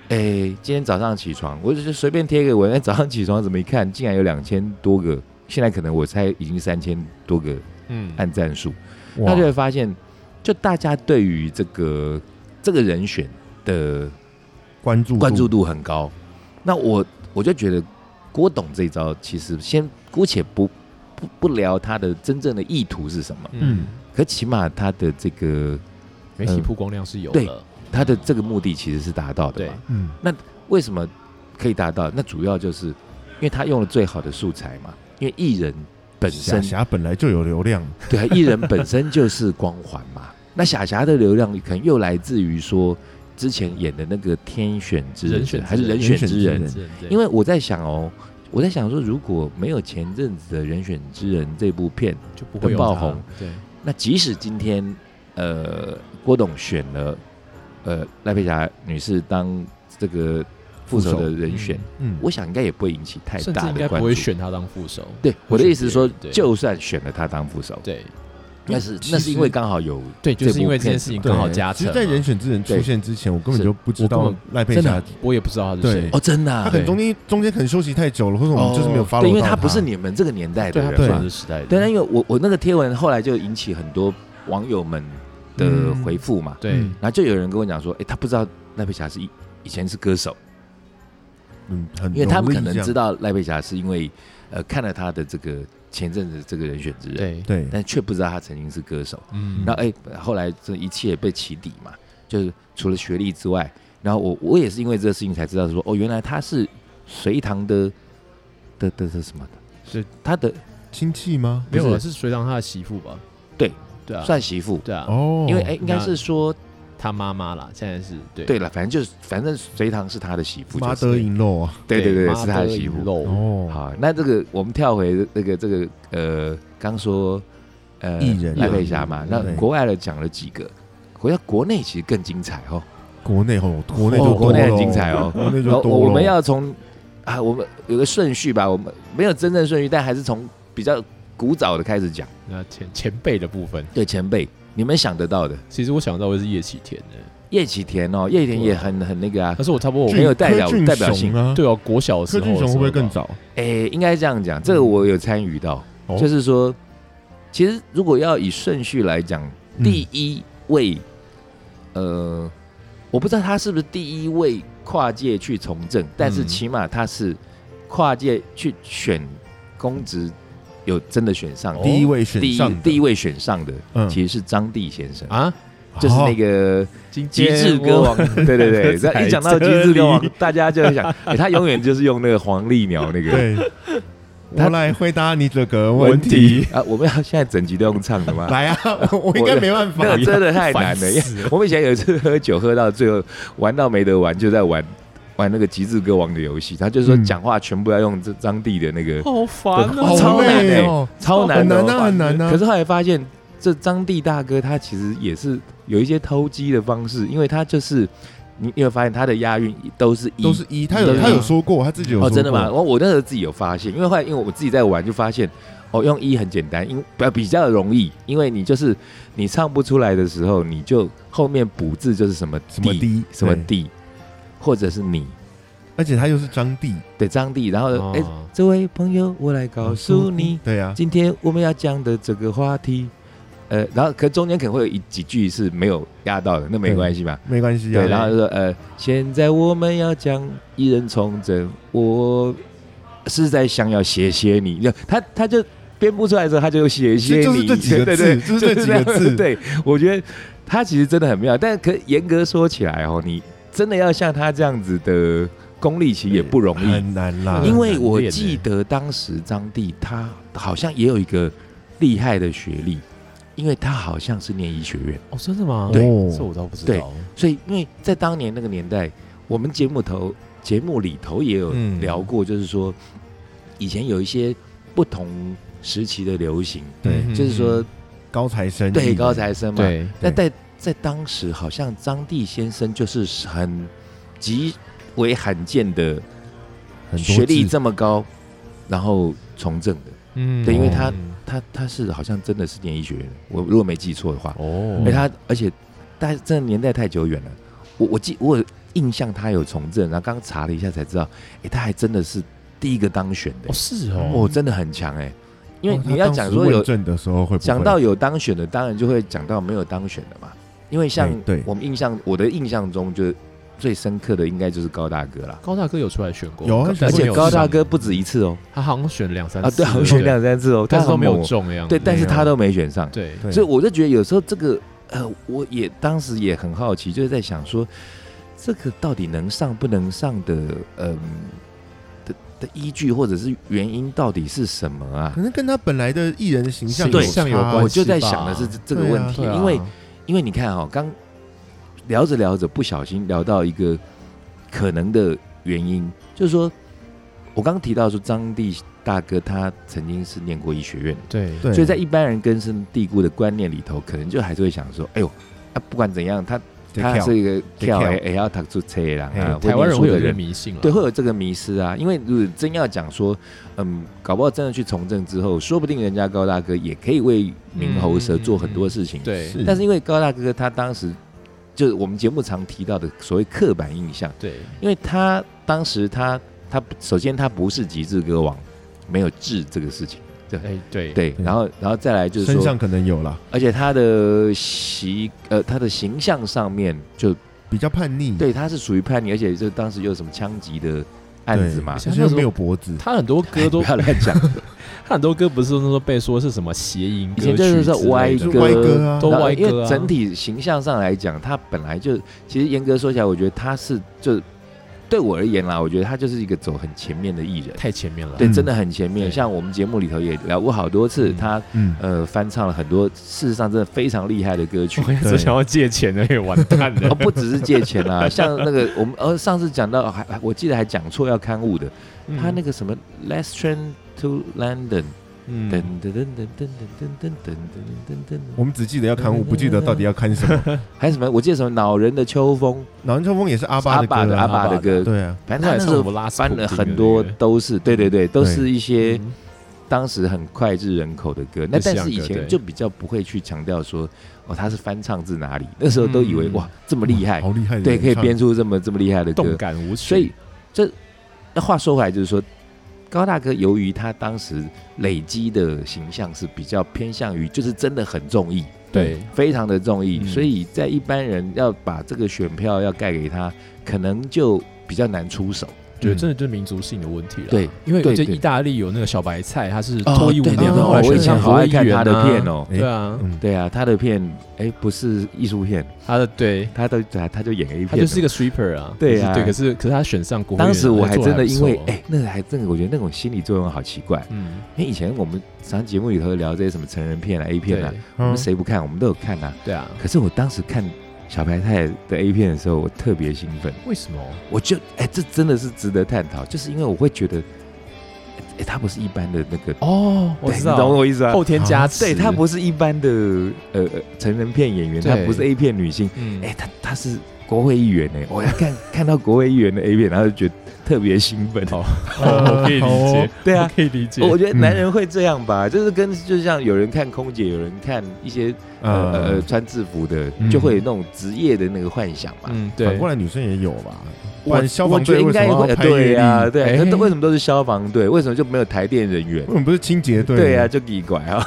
Speaker 1: 哎、今天早上起床，我就是随便贴一个文，哎早上起床怎么一看，竟然有两千多个，现在可能我猜已经三千多个
Speaker 4: 嗯，
Speaker 1: 按赞数。
Speaker 2: 哇
Speaker 1: 那就会发现，就大家对于这个这个人选的
Speaker 2: 关注
Speaker 1: 关注，度很高。那我我就觉得郭董这一招，其实先姑且不不不聊他的真正的意图是什么，
Speaker 4: 嗯，
Speaker 1: 可起码他的这个
Speaker 3: 媒体
Speaker 1: 嗯
Speaker 3: 曝光量是有
Speaker 1: 对
Speaker 3: 的，
Speaker 1: 他的这个目的其实是达到的嘛。
Speaker 2: 嗯，
Speaker 1: 为什么可以达到？那主要就是因为他用了最好的素材嘛。因为艺人本
Speaker 2: 霞
Speaker 1: 身
Speaker 2: 霞本来就有流量，
Speaker 1: 对啊，艺人本身就是光环嘛。那霞霞的流量可能又来自于说之前演的那个《天选之人》
Speaker 3: 人选之人
Speaker 1: 还是《人选之人》
Speaker 2: 人选
Speaker 3: 是对
Speaker 1: 因为我在想哦，我在想说，如果没有前阵子的《人选之人》这部片，
Speaker 3: 就不会有
Speaker 1: 爆
Speaker 3: 它
Speaker 1: 红，
Speaker 3: 对，
Speaker 1: 那即使今天呃郭董选了呃赖佩霞女士当这个副手的人选，
Speaker 2: 嗯，
Speaker 1: 我想应该也不会引起太
Speaker 3: 甚至
Speaker 1: 大
Speaker 3: 应
Speaker 1: 的
Speaker 3: 该不
Speaker 1: 关
Speaker 3: 会
Speaker 1: 注。
Speaker 3: 选他当副手，
Speaker 1: 对，我的意思是说
Speaker 3: 选别人，对
Speaker 1: 就算选了她当副手，
Speaker 3: 对
Speaker 1: 那是
Speaker 2: 其实
Speaker 1: 那是因为刚好有
Speaker 3: 对，就是因为这件事情刚好
Speaker 1: 对
Speaker 3: 加
Speaker 2: 其
Speaker 3: 成啊
Speaker 2: 实，
Speaker 3: 嘛，
Speaker 2: 在人选之人出现之前，我根本就不知
Speaker 3: 我
Speaker 2: 道
Speaker 3: 根
Speaker 2: 赖佩
Speaker 1: 真的
Speaker 2: 霞，
Speaker 3: 我也不知道他是
Speaker 2: 对
Speaker 3: 谁，
Speaker 1: 哦，真的啊、
Speaker 2: 他可能中间中间可能休息太久了，或者我们就是没有发
Speaker 1: 哦对，
Speaker 2: 到
Speaker 1: 因为
Speaker 2: 他
Speaker 1: 他不是你们这个年代的
Speaker 3: 对，他
Speaker 1: 人
Speaker 3: 不
Speaker 1: 嘛
Speaker 3: 算是时代的，
Speaker 1: 对，那因为我我那个贴文后来就引起很多网友们的
Speaker 2: 嗯
Speaker 1: 回复嘛，
Speaker 3: 对
Speaker 2: 嗯
Speaker 1: 然后就有人跟我讲说，哎、他不知道赖佩霞是以以前是歌手，
Speaker 2: 嗯，很
Speaker 1: 因为他们可
Speaker 2: 容
Speaker 1: 能
Speaker 2: 易这样
Speaker 1: 知道赖佩霞是因为呃看了他的这个前阵子这个人选之人，
Speaker 3: 对
Speaker 2: 对，
Speaker 1: 但却不知道他曾经是歌手。
Speaker 4: 嗯
Speaker 1: 然后哎、后来这一切被起底嘛，就是除了学历之外，然后我我也是因为这个事情才知道说，哦，原来他是隋唐的的的的什么的，
Speaker 3: 是
Speaker 1: 他的
Speaker 2: 亲戚吗？
Speaker 3: 没有
Speaker 1: 不
Speaker 3: 啊
Speaker 1: 是
Speaker 3: 是隋唐他的媳妇吧？
Speaker 1: 对
Speaker 3: 对啊，
Speaker 1: 算媳妇。
Speaker 3: 对啊，
Speaker 2: 哦，
Speaker 1: 因为哎、应该
Speaker 3: 那
Speaker 1: 是说
Speaker 3: 他妈妈啦，现在是对
Speaker 1: 对了，反正就是反正隋唐是他的媳妇、就是，
Speaker 2: 妈德银肉啊，
Speaker 1: 对对对，
Speaker 3: 妈
Speaker 1: 是他的
Speaker 3: 的
Speaker 1: 媳
Speaker 3: 遗
Speaker 1: 妇。
Speaker 3: 漏
Speaker 2: 哦，
Speaker 1: 好，那这个我们跳回那个这个呃，刚说呃
Speaker 2: 艺人
Speaker 1: 赖佩霞嘛，
Speaker 3: 艺
Speaker 1: 那
Speaker 2: 人对
Speaker 1: 国外的讲了几个，回到国内其实更精彩哦，
Speaker 2: 国内哦，国内
Speaker 1: 哦
Speaker 2: 就
Speaker 1: 国内很精彩
Speaker 2: 了
Speaker 1: 哦
Speaker 2: 国 *laughs* 内就
Speaker 1: 然后
Speaker 2: 多
Speaker 1: 我
Speaker 2: 了
Speaker 1: 们要从啊，我们有个顺序吧，我们没有真正顺序，但还是从比较古早的开始讲，
Speaker 3: 那前前辈的部分，
Speaker 1: 对前辈，你们想得到的
Speaker 3: 其实我想到的是叶启田的，
Speaker 1: 叶启田哦，叶启田也很很那个啊，
Speaker 3: 但是我差不多
Speaker 2: 俊
Speaker 1: 很有代表
Speaker 2: 柯俊
Speaker 1: 代表性
Speaker 2: 雄啊，
Speaker 3: 对哦，国小的时
Speaker 2: 柯
Speaker 3: 候的
Speaker 2: 俊
Speaker 3: 时候
Speaker 2: 雄
Speaker 3: 吧，
Speaker 2: 会不会更早？
Speaker 1: 诶，应该这样讲，这个我有参与到，
Speaker 2: 哦
Speaker 1: 就是说，其实如果要以顺序来讲，第一位，呃，我不知道他是不是第一位跨界去从政，但是
Speaker 3: 嗯
Speaker 1: 起码他是跨界去选公职，有真的选上的
Speaker 2: 嗯第一位选
Speaker 1: 哦第一
Speaker 2: 上的，
Speaker 1: 第一位选上的，
Speaker 2: 嗯
Speaker 1: 其实是张帝先生，
Speaker 3: 啊？
Speaker 1: 就是那
Speaker 2: 个
Speaker 1: 个
Speaker 4: 今
Speaker 1: 极
Speaker 4: 天
Speaker 1: 致歌
Speaker 4: 我
Speaker 1: 王， *laughs* 对对对，
Speaker 4: 在
Speaker 1: 那一讲到极致歌
Speaker 4: 这
Speaker 1: 王，大家就会想，诶他永远就是用那个黄鹂鸟那个， *laughs*
Speaker 2: 对。
Speaker 1: 他
Speaker 2: 我来回答你这个问题，
Speaker 1: 啊，我们要现在整集都用唱的吗？
Speaker 2: *laughs* 来啊，
Speaker 1: *laughs*
Speaker 2: 我我应该没办法 *laughs*
Speaker 1: 那，个真的太难了，因为我们以前有一次喝酒喝到最后玩到没得玩，就在玩玩那个极致歌王的游戏，他就说
Speaker 2: 嗯
Speaker 1: 讲话全部要用这张帝的那个，
Speaker 4: 好烦
Speaker 3: 啊
Speaker 1: 好
Speaker 4: 哦，
Speaker 2: 好
Speaker 1: 超难
Speaker 2: 累
Speaker 1: 欸
Speaker 2: 哦，
Speaker 1: 超难
Speaker 2: 很
Speaker 1: 的
Speaker 2: 难
Speaker 1: 哦。
Speaker 2: 啊，很难啊。
Speaker 1: 可是后来发现，这张帝大哥他其实也是有一些偷鸡的方式，因为他就是你你有发现他的押韵都是一
Speaker 2: 都是一，他有
Speaker 1: 对啊
Speaker 2: 他有说过，他自己有说
Speaker 1: 哦，
Speaker 2: 过
Speaker 1: 真的吗？？我我那时候自己有发现，因为后来因为我自己在玩就发现，哦，用一很简单，因比比较容易，因为你就是你唱不出来的时候，你就后面补字就是什么
Speaker 2: 什么
Speaker 1: 地
Speaker 2: 地
Speaker 1: 什么
Speaker 2: 对
Speaker 1: 地，或者是你
Speaker 2: 而且他又是张帝，
Speaker 1: 对张帝，然后哎、
Speaker 3: 哦
Speaker 1: 这位朋友，我来告诉你，
Speaker 2: 对啊，
Speaker 1: 今天我们要讲的这个话题，呃，然后可中间可能会有一几句是没有压到的，那没关系嘛。
Speaker 2: 没关系啊
Speaker 1: 对，，然后就说呃，现在我们要讲一人从政，我是在想要谢谢你，就他他就编不出来的时候，他就写
Speaker 2: 就
Speaker 1: 些
Speaker 2: 就是
Speaker 1: 你，
Speaker 2: 这几个
Speaker 1: 对
Speaker 2: 字，
Speaker 1: 对
Speaker 2: 就是这几个
Speaker 1: 这样
Speaker 2: 字，
Speaker 1: 对，我觉得他其实真的很妙，但可严格说起来哦，你真的要像他这样子的功力，其实也不容易。
Speaker 2: 很难啦。
Speaker 1: 因为我
Speaker 3: 很难练
Speaker 1: 记得当时张帝他好像也有一个厉害的学历，因为他好像是念医学院，
Speaker 3: 哦，真的吗？
Speaker 2: 对
Speaker 3: 这我倒不知
Speaker 1: 对
Speaker 3: 道。
Speaker 1: 所以因为在当年那个年代，我们节目头节目里头也有
Speaker 2: 嗯
Speaker 1: 聊过，就是说、以前有一些不同时期的流行，
Speaker 2: 对
Speaker 3: 嗯
Speaker 1: 就是说
Speaker 2: 高材生，
Speaker 1: 对高，材生嘛，
Speaker 3: 对，
Speaker 1: 那
Speaker 2: 对
Speaker 1: 在在当时，好像张帝先生就是很极为罕见的
Speaker 2: 很多
Speaker 1: 学历
Speaker 2: 字
Speaker 1: 这么高，然后从政的。
Speaker 3: 嗯
Speaker 1: 对因为他
Speaker 3: 哦
Speaker 1: 他他是好像真的是念医学院的，我如果没记错的话，
Speaker 3: 哦，
Speaker 1: 而哎他而且但真的年代太久远了，我我记我有印象他有从政，然后刚查了一下才知道，哎，他还真的是第一个当选的
Speaker 3: 哦，是哦，
Speaker 1: 哦，真的很强哎，因为
Speaker 2: 哦
Speaker 1: 你要讲说
Speaker 2: 他当时
Speaker 1: 有
Speaker 2: 问政的时候会不会
Speaker 1: 讲到有当选的，当然就会讲到没有当选的嘛。因为像
Speaker 2: 哎对
Speaker 1: 我们印象，我的印象中就是最深刻的应该就是高大哥啦。
Speaker 3: 高大哥有出来选过，
Speaker 2: 有啊
Speaker 3: 但
Speaker 2: 选
Speaker 1: 而
Speaker 3: 是
Speaker 2: 过
Speaker 3: 没
Speaker 1: 且
Speaker 3: 有
Speaker 1: 高大
Speaker 3: 上
Speaker 1: 哥不止一次哦，
Speaker 3: 他好像选两三
Speaker 1: 啊，
Speaker 3: 次，
Speaker 1: 对，好
Speaker 3: 不
Speaker 1: 选两三次哦，
Speaker 3: 但
Speaker 1: 他
Speaker 3: 是都没有
Speaker 1: 很猛哦
Speaker 3: 中的样子。
Speaker 1: 对，但是他都没选上。
Speaker 3: 对
Speaker 2: 对
Speaker 1: 所以我就觉得有时候这个，呃，我也当时也很好奇，就是在想说，这个到底能上不能上的，嗯、的的依据或者是原因到底是什么啊
Speaker 2: 可？能跟他本来的艺人形象
Speaker 1: 对
Speaker 2: 有
Speaker 3: 形象有
Speaker 2: 差
Speaker 3: 关
Speaker 1: 我
Speaker 3: 系
Speaker 1: 就在
Speaker 3: 吧
Speaker 1: 想的是这这个
Speaker 2: 对啊
Speaker 1: 问题，
Speaker 3: 对啊，
Speaker 1: 因为因为你看哦，刚聊着聊着，不小心聊到一个可能的原因，就是说我刚提到说张帝大哥他曾经是念过医学院的，
Speaker 3: 对
Speaker 2: 对，
Speaker 1: 所以在一般人根深蒂固的观念里头，可能就还是会想说，哎呦，啊，不管怎样，他
Speaker 2: 对
Speaker 1: 他是一个
Speaker 2: 对跳
Speaker 1: 跳哎也也要踏出车啦，
Speaker 2: 嘿
Speaker 1: 啊，
Speaker 3: 台湾人
Speaker 1: 念书
Speaker 3: 会有
Speaker 1: 的
Speaker 3: 这个
Speaker 1: 人
Speaker 3: 迷信了，
Speaker 1: 对，会有这个迷失啊。因为如果真要讲说，嗯，搞不好真的去从政之后，说不定人家高大哥也可以为民喉舌
Speaker 3: 嗯
Speaker 1: 做很多事情。
Speaker 3: 对
Speaker 2: 是
Speaker 1: 但是因为高大哥他当时就是我们节目常提到的所谓刻板印象，
Speaker 3: 对
Speaker 1: 因为他当时他他首先他不是极致歌王，没有智这个事情，
Speaker 3: 哎
Speaker 1: 对，
Speaker 3: 对
Speaker 2: 对
Speaker 1: 然后然后再来就是
Speaker 2: 身
Speaker 1: 说
Speaker 2: 上，可能有啦，
Speaker 1: 而且他的习呃他的形象上面就
Speaker 2: 比较叛逆，，
Speaker 1: 对他是属于叛逆，而且就当时有什么枪击的案子嘛
Speaker 3: 对，
Speaker 2: 而且又没有脖子，
Speaker 3: 他很多歌都
Speaker 1: *laughs* 哎不要乱讲，
Speaker 3: 他很多歌不是那时候被说是什么谐音
Speaker 1: 以
Speaker 3: 歌
Speaker 1: 前
Speaker 3: 曲
Speaker 1: 就是
Speaker 3: 之
Speaker 1: 说
Speaker 3: 类的
Speaker 1: 歪
Speaker 2: 就
Speaker 1: 歌
Speaker 2: 歪歌啊
Speaker 3: *laughs* 都
Speaker 1: 然后
Speaker 3: 歪
Speaker 1: 因
Speaker 3: 歌
Speaker 1: 为
Speaker 3: 啊，
Speaker 1: 整体形象上来讲，他本来就其实严格说起来，我觉得他是就对我而言啦，我觉得他就是一个走很前面的艺人，
Speaker 3: 太前面了，
Speaker 1: 对，
Speaker 2: 嗯
Speaker 1: 真的很前面。
Speaker 3: 对
Speaker 1: 像我们节目里头也聊过好多次，
Speaker 3: 嗯
Speaker 1: 他
Speaker 2: 嗯，
Speaker 1: 呃翻唱了很多事实上真的非常厉害的歌曲
Speaker 3: *laughs* 我。也 *laughs* 只
Speaker 2: 对
Speaker 3: 想要借钱的，也完蛋
Speaker 1: 哦，
Speaker 3: 了。
Speaker 1: 不只是借钱啦，像那个我们呃上次讲到还还我记得还讲错要刊物的，他那
Speaker 3: 个
Speaker 1: 个什么 Last Train to London，噔
Speaker 3: 嗯，
Speaker 1: 噔噔噔噔噔噔噔噔噔噔，
Speaker 2: 我们只记得要看物，不记得到底要看什
Speaker 1: *laughs*
Speaker 2: 么。
Speaker 1: 还有什么？我记得什么恼人的秋风，
Speaker 2: 老人秋风也是阿爸
Speaker 1: 阿
Speaker 2: 的歌
Speaker 1: 的
Speaker 2: 啊，
Speaker 1: 阿爸的歌，
Speaker 2: 对啊，
Speaker 1: 反正
Speaker 3: 他
Speaker 1: 他那时
Speaker 3: 还唱什
Speaker 1: 候
Speaker 3: 么拉斯
Speaker 1: 翻
Speaker 3: 普
Speaker 1: 了
Speaker 3: 丁的
Speaker 1: 很
Speaker 3: 那
Speaker 1: 多
Speaker 3: 个
Speaker 1: 都是对对对，都
Speaker 2: 对
Speaker 1: 是一些
Speaker 3: 嗯
Speaker 1: 当时很脍炙人口的歌。那
Speaker 3: 就
Speaker 1: 但
Speaker 3: 西洋
Speaker 1: 是以
Speaker 3: 歌
Speaker 1: 前
Speaker 3: 对
Speaker 1: 就比较不会去强调说哦，他是翻唱自哪里，那时候都以为
Speaker 3: 嗯
Speaker 1: 哇这么厉害
Speaker 2: 好，厉害的原唱，
Speaker 1: 对，可以编出这么这么厉害的
Speaker 3: 动
Speaker 1: 歌。
Speaker 3: 感舞曲，
Speaker 1: 所以这那话说回来，就是说高大哥由于他当时累积的形象是比较偏向于，就是真的很中意，
Speaker 3: 对
Speaker 1: 非常的中意，
Speaker 3: 嗯
Speaker 1: 所以在一般人要把这个选票要盖给他，可能就比较难出手。
Speaker 3: 觉得嗯真的就是民族性的问题了。
Speaker 1: 嗯对，
Speaker 3: 因为
Speaker 1: 对
Speaker 3: 这
Speaker 1: 对
Speaker 3: 意大利有那个小白菜，他是脱衣舞
Speaker 1: 哦对对
Speaker 3: 娘，
Speaker 1: 对
Speaker 3: 后来
Speaker 1: 我以
Speaker 3: 选
Speaker 1: 前
Speaker 3: 上
Speaker 1: 好
Speaker 3: 国
Speaker 1: 爱
Speaker 3: 会议
Speaker 1: 看
Speaker 3: 员
Speaker 1: 他的片
Speaker 3: 啊。
Speaker 1: 哦。
Speaker 2: 哎
Speaker 3: 对啊，
Speaker 2: 嗯，
Speaker 1: 对啊，他的片哎不是艺术片，
Speaker 3: 他的对，
Speaker 1: 他都他他就演 A 片
Speaker 3: 他
Speaker 1: 了，
Speaker 3: 就是一个 sweeper 啊。
Speaker 1: 对
Speaker 3: 就是
Speaker 1: 啊
Speaker 3: 对，可是可是他选上国会议员，
Speaker 1: 当时我还真的因为
Speaker 3: 他做得还不错
Speaker 1: 哎、那个还真的我觉得那种心理作用好奇怪，
Speaker 3: 嗯，
Speaker 1: 因为哎以前我们常节目里头聊这些什么成人片啊、A 片啊
Speaker 3: 对，
Speaker 1: 我
Speaker 2: 嗯
Speaker 1: 们谁不看，我们都有看啊。
Speaker 3: 对啊，
Speaker 1: 可是我当时看小白菜的 A 片的时候，我特别兴奋，
Speaker 3: 为什么？
Speaker 1: 我就哎、这真的是值得探讨，就是因为我会觉得，哎、它不是一般的那个，
Speaker 3: 哦，我
Speaker 1: 对
Speaker 3: 知
Speaker 1: 你懂
Speaker 3: 道，
Speaker 1: 我意思啊？
Speaker 3: 后天加持，
Speaker 1: 对，它不是一般的呃呃成人片演员，
Speaker 3: 对
Speaker 1: 她不是 A 片女星，
Speaker 3: 嗯，
Speaker 1: 哎、她她是国会议员呢、哎我要看 *laughs* 看到国会议员的 A 片，然后就觉得特别兴奋。
Speaker 3: 好哦，我可以理解，
Speaker 1: 对啊
Speaker 3: 我可以理解。
Speaker 1: 我觉得男
Speaker 2: 嗯
Speaker 1: 人会这样吧，就是跟就像有人看空姐，有人看一些呃呃
Speaker 2: 呃
Speaker 1: 呃，穿制服的，
Speaker 2: 嗯
Speaker 1: 就会有那种职业的那个幻想嘛。
Speaker 3: 嗯，
Speaker 2: 反
Speaker 3: 对
Speaker 2: 过，来女生也有吧？不
Speaker 1: 我
Speaker 2: 然消
Speaker 1: 我
Speaker 2: 防
Speaker 1: 觉得
Speaker 2: 队
Speaker 1: 应
Speaker 2: 为什
Speaker 1: 该
Speaker 2: 么
Speaker 1: 会
Speaker 2: 要
Speaker 1: 呃
Speaker 2: 拍阅
Speaker 1: 对
Speaker 2: 历？
Speaker 1: 呀，对啊，
Speaker 3: 哎
Speaker 1: 可都为什么都是消防队？为什么就没有台电人员
Speaker 2: 为？什么不是清洁队？
Speaker 1: 对呀，，就奇怪啊！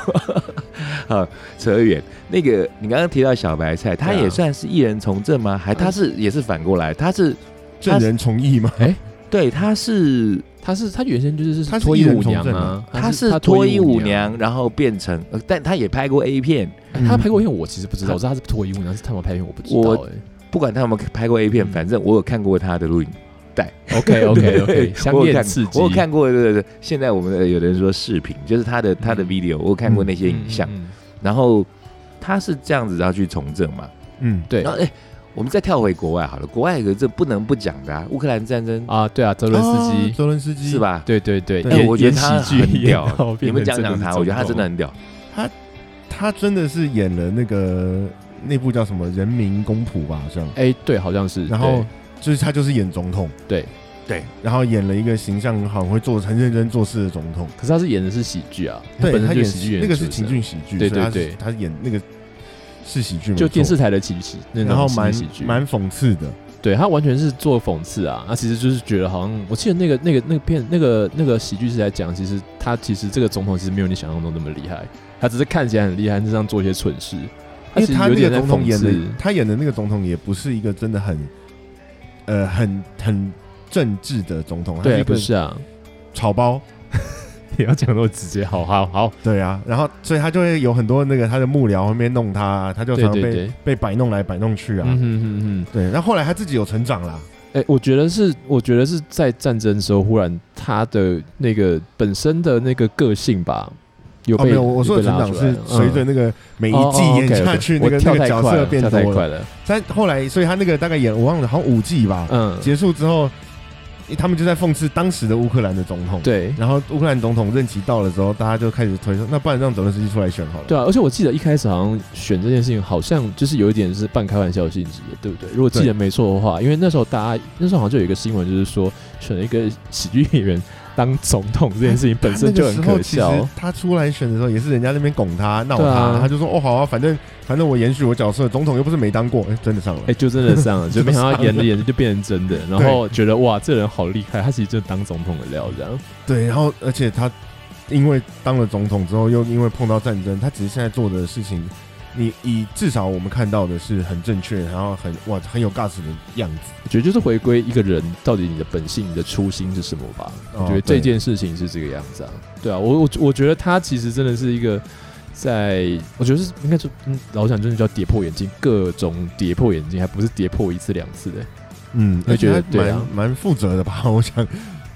Speaker 1: *laughs* 好，扯远。那个你刚刚提到小白菜，他
Speaker 3: 对啊
Speaker 1: 也算是艺人从政吗？还他是也是反过来，他是
Speaker 2: 证人从艺吗？
Speaker 3: 哎，
Speaker 1: 对，他是
Speaker 3: 他是他原先就是
Speaker 2: 他是
Speaker 3: 脱
Speaker 2: 艺
Speaker 3: 衣
Speaker 2: 人
Speaker 3: 舞
Speaker 2: 从
Speaker 3: 娘
Speaker 2: 政
Speaker 3: 啊
Speaker 2: 啊，
Speaker 1: 他
Speaker 3: 是
Speaker 1: 是
Speaker 3: 脱
Speaker 1: 脱
Speaker 3: 衣
Speaker 1: 衣
Speaker 3: 舞
Speaker 1: 舞娘，然后变成，呃但他也拍过 A 片，
Speaker 3: 哎他
Speaker 2: 嗯
Speaker 3: 拍过片我其实不知道，我知道他是脱衣舞娘，是他们拍片啊我不知
Speaker 1: 我
Speaker 3: 道哎。
Speaker 1: 不管他有没有拍过 A 片，
Speaker 3: 嗯
Speaker 1: 反正我有看过他的录影，
Speaker 3: *laughs* OK *laughs* OK OK，香
Speaker 1: 我有
Speaker 3: 艳
Speaker 1: 看
Speaker 3: 刺激，
Speaker 1: 我有看过，对对对，现在我们的有的人说视频，就是他的他的
Speaker 3: 嗯
Speaker 1: video，我有看过那些
Speaker 3: 嗯
Speaker 1: 影
Speaker 3: 嗯
Speaker 1: 像，
Speaker 3: 嗯
Speaker 1: 然后他是这样子，然后去从政嘛，
Speaker 2: 嗯，
Speaker 3: 对
Speaker 1: 然后哎、我们再跳回国外好了，国外有个这不能不讲的、啊，乌克兰战争、
Speaker 3: 啊，对啊，泽伦斯基
Speaker 2: 啊，泽伦斯基
Speaker 1: 是？吧？
Speaker 3: 对对对，
Speaker 1: 哎
Speaker 3: 演
Speaker 1: 我觉得他
Speaker 3: 演喜剧
Speaker 1: 很屌
Speaker 3: *laughs* 演到
Speaker 1: 你
Speaker 3: 变
Speaker 1: 们
Speaker 3: 成
Speaker 1: 讲
Speaker 3: 真
Speaker 1: 讲
Speaker 3: 是
Speaker 1: 他，我觉得他
Speaker 3: 总
Speaker 1: 真的很屌。
Speaker 2: 他真的是演了那个那部叫什么《人民公仆》吧，好像。
Speaker 3: 统，哎，对，好像是，
Speaker 2: 然后就是他就是演总统，
Speaker 3: 对，
Speaker 1: 对，
Speaker 2: 然后演了一个形象很好、很会做、很认真做事的总统。
Speaker 3: 对可是他是演的是喜剧啊，
Speaker 2: 对
Speaker 3: 本身
Speaker 2: 他
Speaker 3: 就
Speaker 2: 演
Speaker 3: 是喜剧演
Speaker 2: 那个是
Speaker 3: 出
Speaker 2: 情
Speaker 3: 身
Speaker 2: 境喜剧，所
Speaker 3: 对
Speaker 2: 以
Speaker 3: 对
Speaker 2: 他是
Speaker 3: 对
Speaker 2: 他演那个是喜剧，没
Speaker 3: 就电视
Speaker 2: 错，
Speaker 3: 台的喜剧，那种
Speaker 2: 然后
Speaker 3: 情景
Speaker 2: 蛮
Speaker 3: 喜剧，
Speaker 2: 蛮讽刺的，
Speaker 3: 对他完全是做讽刺啊，那其实就是觉得好像我记得那个那个那个片那个那个喜剧是在讲，其实他其实这个总统其实没有你想象中那么厉害，他只是看起来很厉害，但是这样做一些蠢事，
Speaker 2: 因为
Speaker 3: 其实
Speaker 2: 他
Speaker 3: 有
Speaker 2: 那
Speaker 3: 点
Speaker 2: 个
Speaker 3: 在
Speaker 2: 总统
Speaker 3: 讽
Speaker 2: 演的
Speaker 3: 刺，，
Speaker 2: 他演的那个总统也不是一个真的很，呃，很很政治的总统，他
Speaker 3: 对
Speaker 2: 是
Speaker 3: 啊，
Speaker 2: 一
Speaker 3: 不
Speaker 2: 个
Speaker 3: 是
Speaker 2: *laughs*
Speaker 3: 啊，
Speaker 2: 草包，
Speaker 3: 也要讲那么直接，好好好，
Speaker 2: 对啊，然后所以他就会有很多那个他的幕僚后面弄他，他就
Speaker 3: 对
Speaker 2: 常常
Speaker 3: 对
Speaker 2: 被
Speaker 3: 对，
Speaker 2: 被摆弄来摆弄去
Speaker 3: 嗯
Speaker 2: 啊，
Speaker 3: 哼哼哼。
Speaker 2: 对，然后后来他自己有成长啦，
Speaker 3: 哎、我觉得是，我觉得是在战争的时候，忽然他的那个本身的那个个性吧，有
Speaker 2: 哦，
Speaker 3: 被、
Speaker 2: 没有，我说的
Speaker 3: 有被
Speaker 2: 成
Speaker 3: 拉
Speaker 2: 长
Speaker 3: 出
Speaker 2: 是
Speaker 3: 来
Speaker 2: 随着
Speaker 3: 嗯
Speaker 2: 那个每
Speaker 3: 哦
Speaker 2: 一季
Speaker 3: 哦
Speaker 2: 演
Speaker 3: OK，OK，
Speaker 2: 下去，那
Speaker 3: 我
Speaker 2: 个
Speaker 3: 跳
Speaker 2: 那个
Speaker 3: 太
Speaker 2: 角
Speaker 3: 快
Speaker 2: 色
Speaker 3: 了
Speaker 2: 变
Speaker 3: 跳
Speaker 2: 多
Speaker 3: 太
Speaker 2: 了
Speaker 3: 快，了，
Speaker 2: 但后来所以他那个大概演我忘了，好像五季吧，
Speaker 3: 嗯，
Speaker 2: 结束之后，他们就在讽刺当时的乌克兰的总统。，
Speaker 3: 对
Speaker 2: 然后乌克兰总统任期到了之后，大家就开始推说，那不然让泽连斯基出来选好了。
Speaker 3: 对啊，而且我记得一开始好像选这件事情，好像就是有一点是半开玩笑性质的，对不对？如果记得没错的话，因为那时候大家那时候好像就有一个新闻，就是说选了一个喜剧演员当总统这件事情本身就
Speaker 2: *laughs*
Speaker 3: 很
Speaker 2: 他那
Speaker 3: 可
Speaker 2: 个时候
Speaker 3: 笑。哦
Speaker 2: 其实他出来选的时候，也是人家那边拱他、闹他，
Speaker 3: 对啊
Speaker 2: 他就说：“哦，好啊，反正反正我延续我角色，总统又不是没当过。”哎，真的上了
Speaker 3: 哎、。就真的上
Speaker 2: *laughs*
Speaker 3: 了，就没想到
Speaker 2: 上了
Speaker 3: 演着演着就变成真
Speaker 2: *laughs*
Speaker 3: 的，然后觉得哇，这人好厉害，他其实就当总统的料这样。
Speaker 2: 对，然后而且他因为当了总统之后，又因为碰到战争，他其实现在做的事情，你以至少我们看到的是很正确，然后很哇很有 guts 的样子。
Speaker 3: 我觉得就是回归一个人到底你的本性、你的初心是什么吧。
Speaker 2: 哦
Speaker 3: 我觉得
Speaker 2: 对
Speaker 3: 这件事情是这个样子啊。对啊，我我我觉得他其实真的是一个在，我觉得是应该就嗯，老实讲真的叫跌破眼镜，各种跌破眼镜，还不是跌破一次两次的。
Speaker 2: 嗯，
Speaker 3: 我
Speaker 2: 而
Speaker 3: 觉
Speaker 2: 且
Speaker 3: 得
Speaker 2: 他
Speaker 3: 对啊
Speaker 2: 蛮蛮负责的吧？ *laughs* 我想，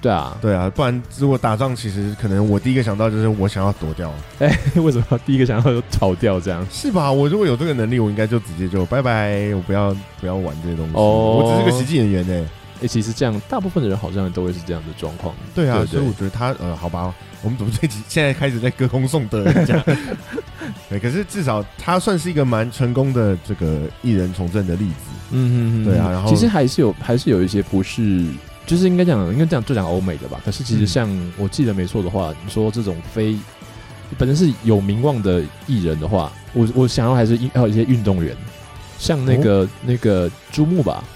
Speaker 3: 对啊，
Speaker 2: 对啊，不然如果打仗，其实可能我第一个想到就是我想要躲掉，
Speaker 3: *laughs* 为什么要第一个想要就逃掉这样？
Speaker 2: 是吧？我如果有这个能力，我应该就直接就拜拜，我不要不要玩这些东西，
Speaker 3: 哦
Speaker 2: 我只是个喜剧演员呢、
Speaker 3: 哎、其实这样，大部分的人好像都会是这样的状况。
Speaker 2: 对啊，
Speaker 3: 对
Speaker 2: 所以我觉得他呃，好吧，我们怎么这集现在开始在歌功颂德人
Speaker 3: *laughs*
Speaker 2: 家？对，可是至少他算是一个蛮成功的这个艺人从政的例子。
Speaker 3: 嗯嗯嗯，
Speaker 2: 对啊然后
Speaker 3: 其实还是有，还是有一些不是，就是应该讲，应该讲就讲欧美的吧。可是其实
Speaker 2: 嗯
Speaker 3: 像我记得没错的话，你说这种非本身是有名望的艺人的话，我我想要还是运还有一些运动员，像那个、那个朱木吧，
Speaker 2: 哦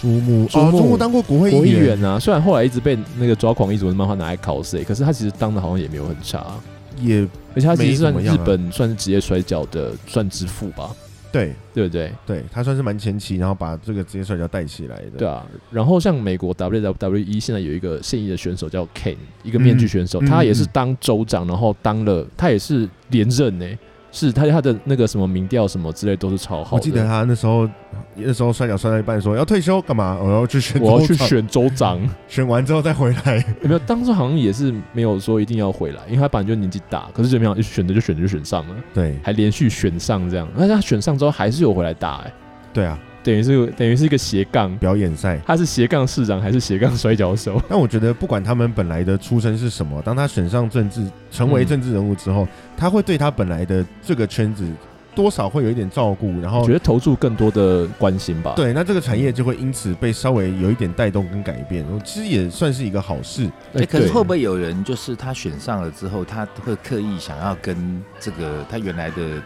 Speaker 2: 朱木
Speaker 3: 朱
Speaker 2: 哦，
Speaker 3: 木
Speaker 2: 朱木当过国会
Speaker 3: 国
Speaker 2: 议
Speaker 3: 议员啊，虽然后来一直被那个抓狂一族的漫画拿来 cos，、可是他其实当的好像也没有很差、啊
Speaker 2: 也
Speaker 3: 而且他其实算
Speaker 2: 没怎么样
Speaker 3: 日
Speaker 2: 啊
Speaker 3: 本算是职业摔跤的算之父吧，
Speaker 2: 对
Speaker 3: 对不对？
Speaker 2: 对，他算是蛮前期，然后把这个职业摔跤带起来的。
Speaker 3: 对啊，然后像美国 WWE 现在有一个现役的选手叫 Kane，一个面具选手，
Speaker 2: 嗯
Speaker 3: 他
Speaker 2: 嗯
Speaker 3: 也是
Speaker 2: 嗯
Speaker 3: 当州长，然后当了他也是连任呢、是他他的那个什么民调什么之类都是超好的。
Speaker 2: 我记得他那时候，那时候摔跤摔到一半说要退休干嘛？我要去选，
Speaker 3: 我要去，选州长，
Speaker 2: *laughs* 选完之后再回来。
Speaker 3: 有没有？当时好像也是没有说一定要回来，因为他本来就年纪大，可是就没有选择就选择就选上了，
Speaker 2: 对
Speaker 3: 还连续选上这样。那他选上之后还是有回来打、欸，
Speaker 2: 对啊，
Speaker 3: 等于是等于是一个斜杠，
Speaker 2: 表演赛。
Speaker 3: 他是斜杠市长还是斜杠摔跤手？
Speaker 2: 但我觉得，不管他们本来的出身是什么，当他选上政治，成为
Speaker 3: 嗯
Speaker 2: 政治人物之后，他会对他本来的这个圈子多少会有一点照顾，然
Speaker 3: 我
Speaker 2: 后
Speaker 3: 觉得投注更多的关心吧。
Speaker 2: 对，那这个产业就会因此被稍微有一点带动跟改变，我其实也算是一个好事。
Speaker 3: 哎，
Speaker 1: 哎，可是
Speaker 3: 对
Speaker 1: 会不会有人就是他选上了之后，他会刻意想要跟这个他原来的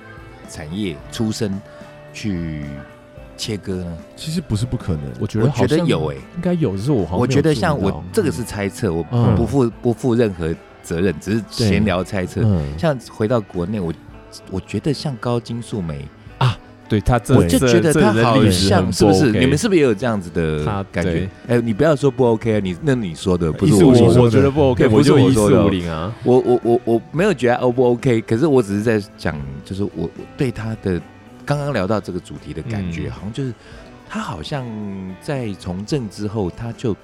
Speaker 1: 产业出身去切割呢？
Speaker 2: 其实不是不可能，
Speaker 3: 我觉得
Speaker 1: 我觉
Speaker 3: 好
Speaker 1: 得
Speaker 3: 像
Speaker 1: 有哎、
Speaker 3: 应该有，只是我好像
Speaker 1: 我觉得像
Speaker 3: 哦没有注
Speaker 1: 我
Speaker 3: 意到
Speaker 1: 这个是猜测，我
Speaker 3: 嗯
Speaker 1: 不负不负任何责任，只是闲聊猜测。
Speaker 3: 嗯
Speaker 1: 像回到国内，我我觉得像高金素梅
Speaker 3: 啊，
Speaker 4: 对他这
Speaker 1: 我就觉得
Speaker 4: 这
Speaker 1: 他
Speaker 4: 这人
Speaker 1: 好
Speaker 4: 历史
Speaker 1: 像
Speaker 4: 很
Speaker 1: 是不是？
Speaker 4: OK
Speaker 1: 你们是不是也有这样子的
Speaker 3: 他
Speaker 1: 感觉
Speaker 3: 对？
Speaker 1: 哎，你不要说不 OK，你那你说的不是
Speaker 2: 一四
Speaker 1: 我
Speaker 2: 五零我
Speaker 1: 说的
Speaker 3: 我我
Speaker 2: 觉
Speaker 3: 觉
Speaker 2: 得
Speaker 3: 得
Speaker 2: 不
Speaker 3: 不
Speaker 1: OK，
Speaker 3: OK，
Speaker 1: 不是
Speaker 3: 就
Speaker 1: 我
Speaker 3: 一
Speaker 1: 说
Speaker 3: 四
Speaker 1: 的
Speaker 3: 五零啊，
Speaker 1: 我我我我没有觉得 O 不 OK，可是我只是在讲，就是我我对他的刚刚聊到这个主题的感觉，
Speaker 3: 嗯
Speaker 1: 好像就是他好像在从政之后，他就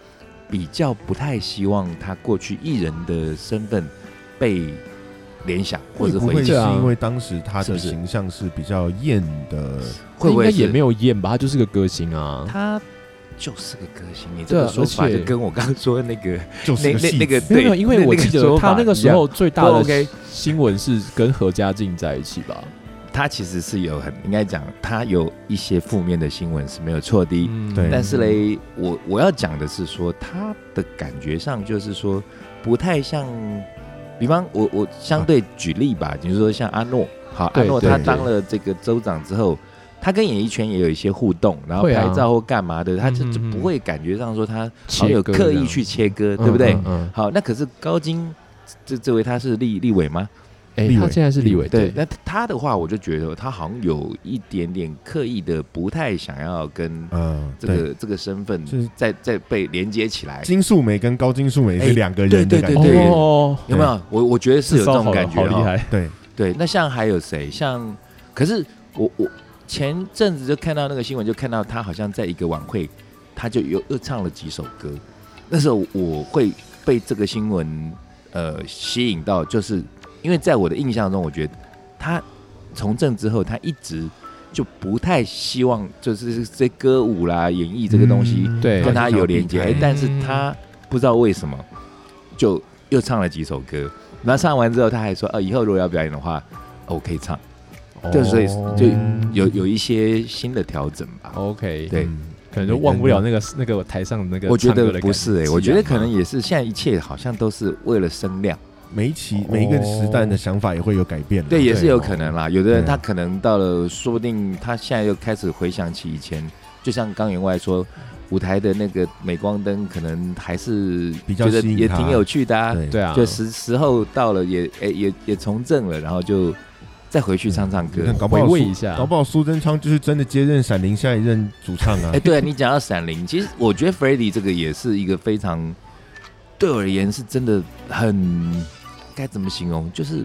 Speaker 1: 比较不太希望他过去艺人的身份被联想，或
Speaker 2: 会
Speaker 1: 者
Speaker 2: 不
Speaker 1: 回
Speaker 2: 会是
Speaker 1: 想，
Speaker 3: 对啊
Speaker 2: 因为当时他
Speaker 1: 是
Speaker 2: 的
Speaker 1: 不是
Speaker 2: 形象是比较艳的？
Speaker 1: 会不
Speaker 3: 应
Speaker 1: 会
Speaker 3: 该也没
Speaker 1: 有？
Speaker 3: 有验吧？他就是个歌星啊，
Speaker 1: 他就是个歌星，你这
Speaker 3: 对啊
Speaker 1: 个说法
Speaker 3: 而且
Speaker 1: 就跟我刚刚说的那个
Speaker 2: 就是
Speaker 1: 那
Speaker 2: 个
Speaker 1: 那
Speaker 2: 戏
Speaker 1: 那个
Speaker 3: 没有
Speaker 1: *laughs* 对
Speaker 3: 没有，因为
Speaker 1: 那
Speaker 3: 我
Speaker 1: 那个
Speaker 3: 记得
Speaker 1: 说
Speaker 3: 他
Speaker 1: 法
Speaker 3: 那个时
Speaker 1: 一
Speaker 3: 候
Speaker 1: 样
Speaker 3: 最大
Speaker 1: 不
Speaker 3: 的
Speaker 1: OK
Speaker 3: 新闻是跟何家劲在一起吧？
Speaker 1: 他其实是有很应该讲，他有一些负面的新闻是没有错的。
Speaker 3: 嗯
Speaker 2: 对
Speaker 1: 但是，嘞，我我要讲的是说，他的感觉上就是说，不太像，比方我我相对举例吧，比如说像阿诺，好，阿
Speaker 3: 对
Speaker 1: 诺
Speaker 3: 对
Speaker 1: 他
Speaker 3: 对
Speaker 1: 当了这个州长之后，他跟演艺圈也有一些互动，然后
Speaker 3: 会
Speaker 1: 拍
Speaker 3: 啊
Speaker 1: 照或干嘛的，他就
Speaker 3: 嗯嗯
Speaker 1: 就
Speaker 3: 嗯
Speaker 1: 不会感觉上说他好
Speaker 3: 切
Speaker 1: 像有
Speaker 3: 割
Speaker 1: 刻
Speaker 3: 这
Speaker 1: 意
Speaker 3: 样
Speaker 1: 去切割，对不对
Speaker 3: 嗯？嗯，
Speaker 1: 好，那可是高金这这位他是立立委吗？
Speaker 3: 哎、
Speaker 2: 立委
Speaker 3: 他现在是立委，
Speaker 1: 对
Speaker 3: 对，，
Speaker 1: 那他的话，我就觉得他好像有一点点刻意的不太想要跟
Speaker 2: 嗯，
Speaker 1: 这
Speaker 2: 对，
Speaker 1: 个这个身份
Speaker 2: 就是
Speaker 1: 再再被连接起来，
Speaker 2: 金素梅跟高金素梅
Speaker 1: 哎
Speaker 2: 是两个人的
Speaker 1: 对
Speaker 2: 感
Speaker 1: 对
Speaker 2: 觉，
Speaker 1: 对
Speaker 3: 哦，
Speaker 1: 有没有？我我觉得是有这种感觉
Speaker 3: 好
Speaker 1: 哦
Speaker 3: 厉。害，
Speaker 2: 对，
Speaker 1: 对，那像还有谁？像可是我我前阵子就看到那个新闻，就看到他好像在一个晚会，他就又又唱了几首歌。那时候我会被这个新闻呃吸引到，就是因为在我的印象中，我觉得他从政之后，他一直就不太希望就是这歌舞啦、演艺这个东西。
Speaker 3: 对
Speaker 1: 跟他有连接，哎
Speaker 3: 嗯
Speaker 1: 但是他不知道为什么就又唱了几首歌，然后唱完之后他还说，呃，以后如果要表演的话，哦我可以唱，
Speaker 2: 嗯
Speaker 1: 就所以就
Speaker 2: 哦
Speaker 1: 有有一些新的调整吧。
Speaker 3: OK，
Speaker 1: 对
Speaker 2: 嗯
Speaker 3: 可能就忘不了那个那个台上的那个，
Speaker 1: 我觉得不是哎、
Speaker 3: 哎、
Speaker 1: 我觉得可能也是现在一切好像都是为了声量，
Speaker 2: 每一期每一个时代的想法也会有改变的，
Speaker 1: 对，也是有
Speaker 3: 哦
Speaker 1: 可能啦。有的人
Speaker 2: 对
Speaker 1: 他可能到了，说不定他现在又开始回想起以前，就像刚员外说，舞台的那个镁光灯可能还是
Speaker 2: 比较
Speaker 1: 觉得
Speaker 2: 吸引
Speaker 1: 也
Speaker 2: 他
Speaker 1: 挺有趣的啊，
Speaker 2: 对
Speaker 3: 对啊，
Speaker 1: 就时时候到了也，诶也也从政了，然后就再回去唱唱歌
Speaker 2: 那。搞不好
Speaker 3: 回味
Speaker 2: 苏
Speaker 3: 一下
Speaker 2: 搞不好苏贞昌就是真的接任闪灵下一任主唱啊
Speaker 1: 哎、，对、啊、你讲到闪灵，其实我觉得 f r e d d y 这个也是一个非常对我而言是真的很该怎么形容，就是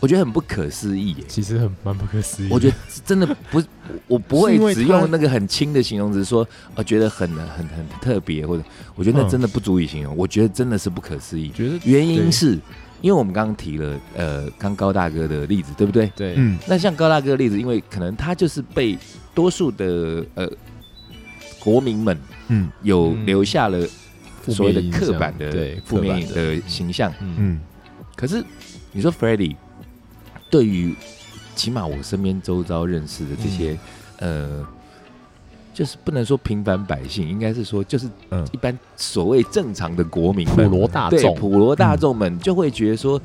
Speaker 1: 我觉得很不可思议耶。
Speaker 3: 其实很蛮不可思议的，
Speaker 1: 我觉得真的不，我不
Speaker 2: 是
Speaker 1: 会
Speaker 2: 因为
Speaker 1: 只
Speaker 2: 他
Speaker 1: 用那个很轻的形容词说，哦，觉得很很很特别，或者我觉得那
Speaker 2: 嗯
Speaker 1: 真的不足以形容，我觉得真的是不可思议。
Speaker 3: 觉得
Speaker 1: 原因
Speaker 3: 对
Speaker 1: 是因为我们刚刚提了，呃，刚高大哥的例子，对不对？
Speaker 3: 对，
Speaker 2: 嗯，
Speaker 1: 那像高大哥的例子，因为可能他就是被多数的呃国民们
Speaker 2: 嗯
Speaker 1: 有
Speaker 3: 嗯
Speaker 1: 留下了
Speaker 3: 负
Speaker 1: 所谓的
Speaker 3: 面印
Speaker 1: 刻
Speaker 3: 象
Speaker 1: 板的
Speaker 3: 对
Speaker 1: 负面
Speaker 3: 刻板
Speaker 1: 的形象。
Speaker 3: 嗯
Speaker 2: 嗯，
Speaker 1: 可是你说 f r e d d y 对于起码我身边周遭认识的这些、
Speaker 3: 嗯
Speaker 1: 呃，就是不能说平凡百姓，应该是说就是
Speaker 2: 嗯
Speaker 1: 一般所谓正常的国民
Speaker 3: 普
Speaker 1: 们，
Speaker 3: 罗大
Speaker 1: 对
Speaker 3: 众，嗯
Speaker 1: 普罗大众们就会觉得说，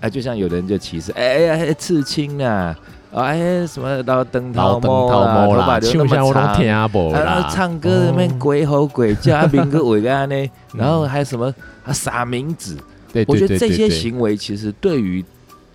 Speaker 1: 哎、就像有的人就歧视，哎哎哎，刺青啊，啊哎什么老灯泡
Speaker 3: 老灯
Speaker 1: 猫
Speaker 3: 头
Speaker 1: 啊，
Speaker 3: 毛
Speaker 1: 头
Speaker 3: 啦，
Speaker 1: 发留那
Speaker 3: 唱一下
Speaker 1: 么
Speaker 3: 我都
Speaker 1: 长，
Speaker 3: 听不
Speaker 1: 啊然
Speaker 3: 啦
Speaker 1: 后，唱歌里面
Speaker 3: 哦
Speaker 1: 鬼吼鬼叫，啊，民歌伟干呢，
Speaker 3: *laughs* 嗯
Speaker 1: 然后还有什么啊撒名字，
Speaker 3: 对，对
Speaker 1: 我觉得
Speaker 3: 对
Speaker 1: 这
Speaker 3: 对
Speaker 1: 些
Speaker 3: 对
Speaker 1: 行为其实对于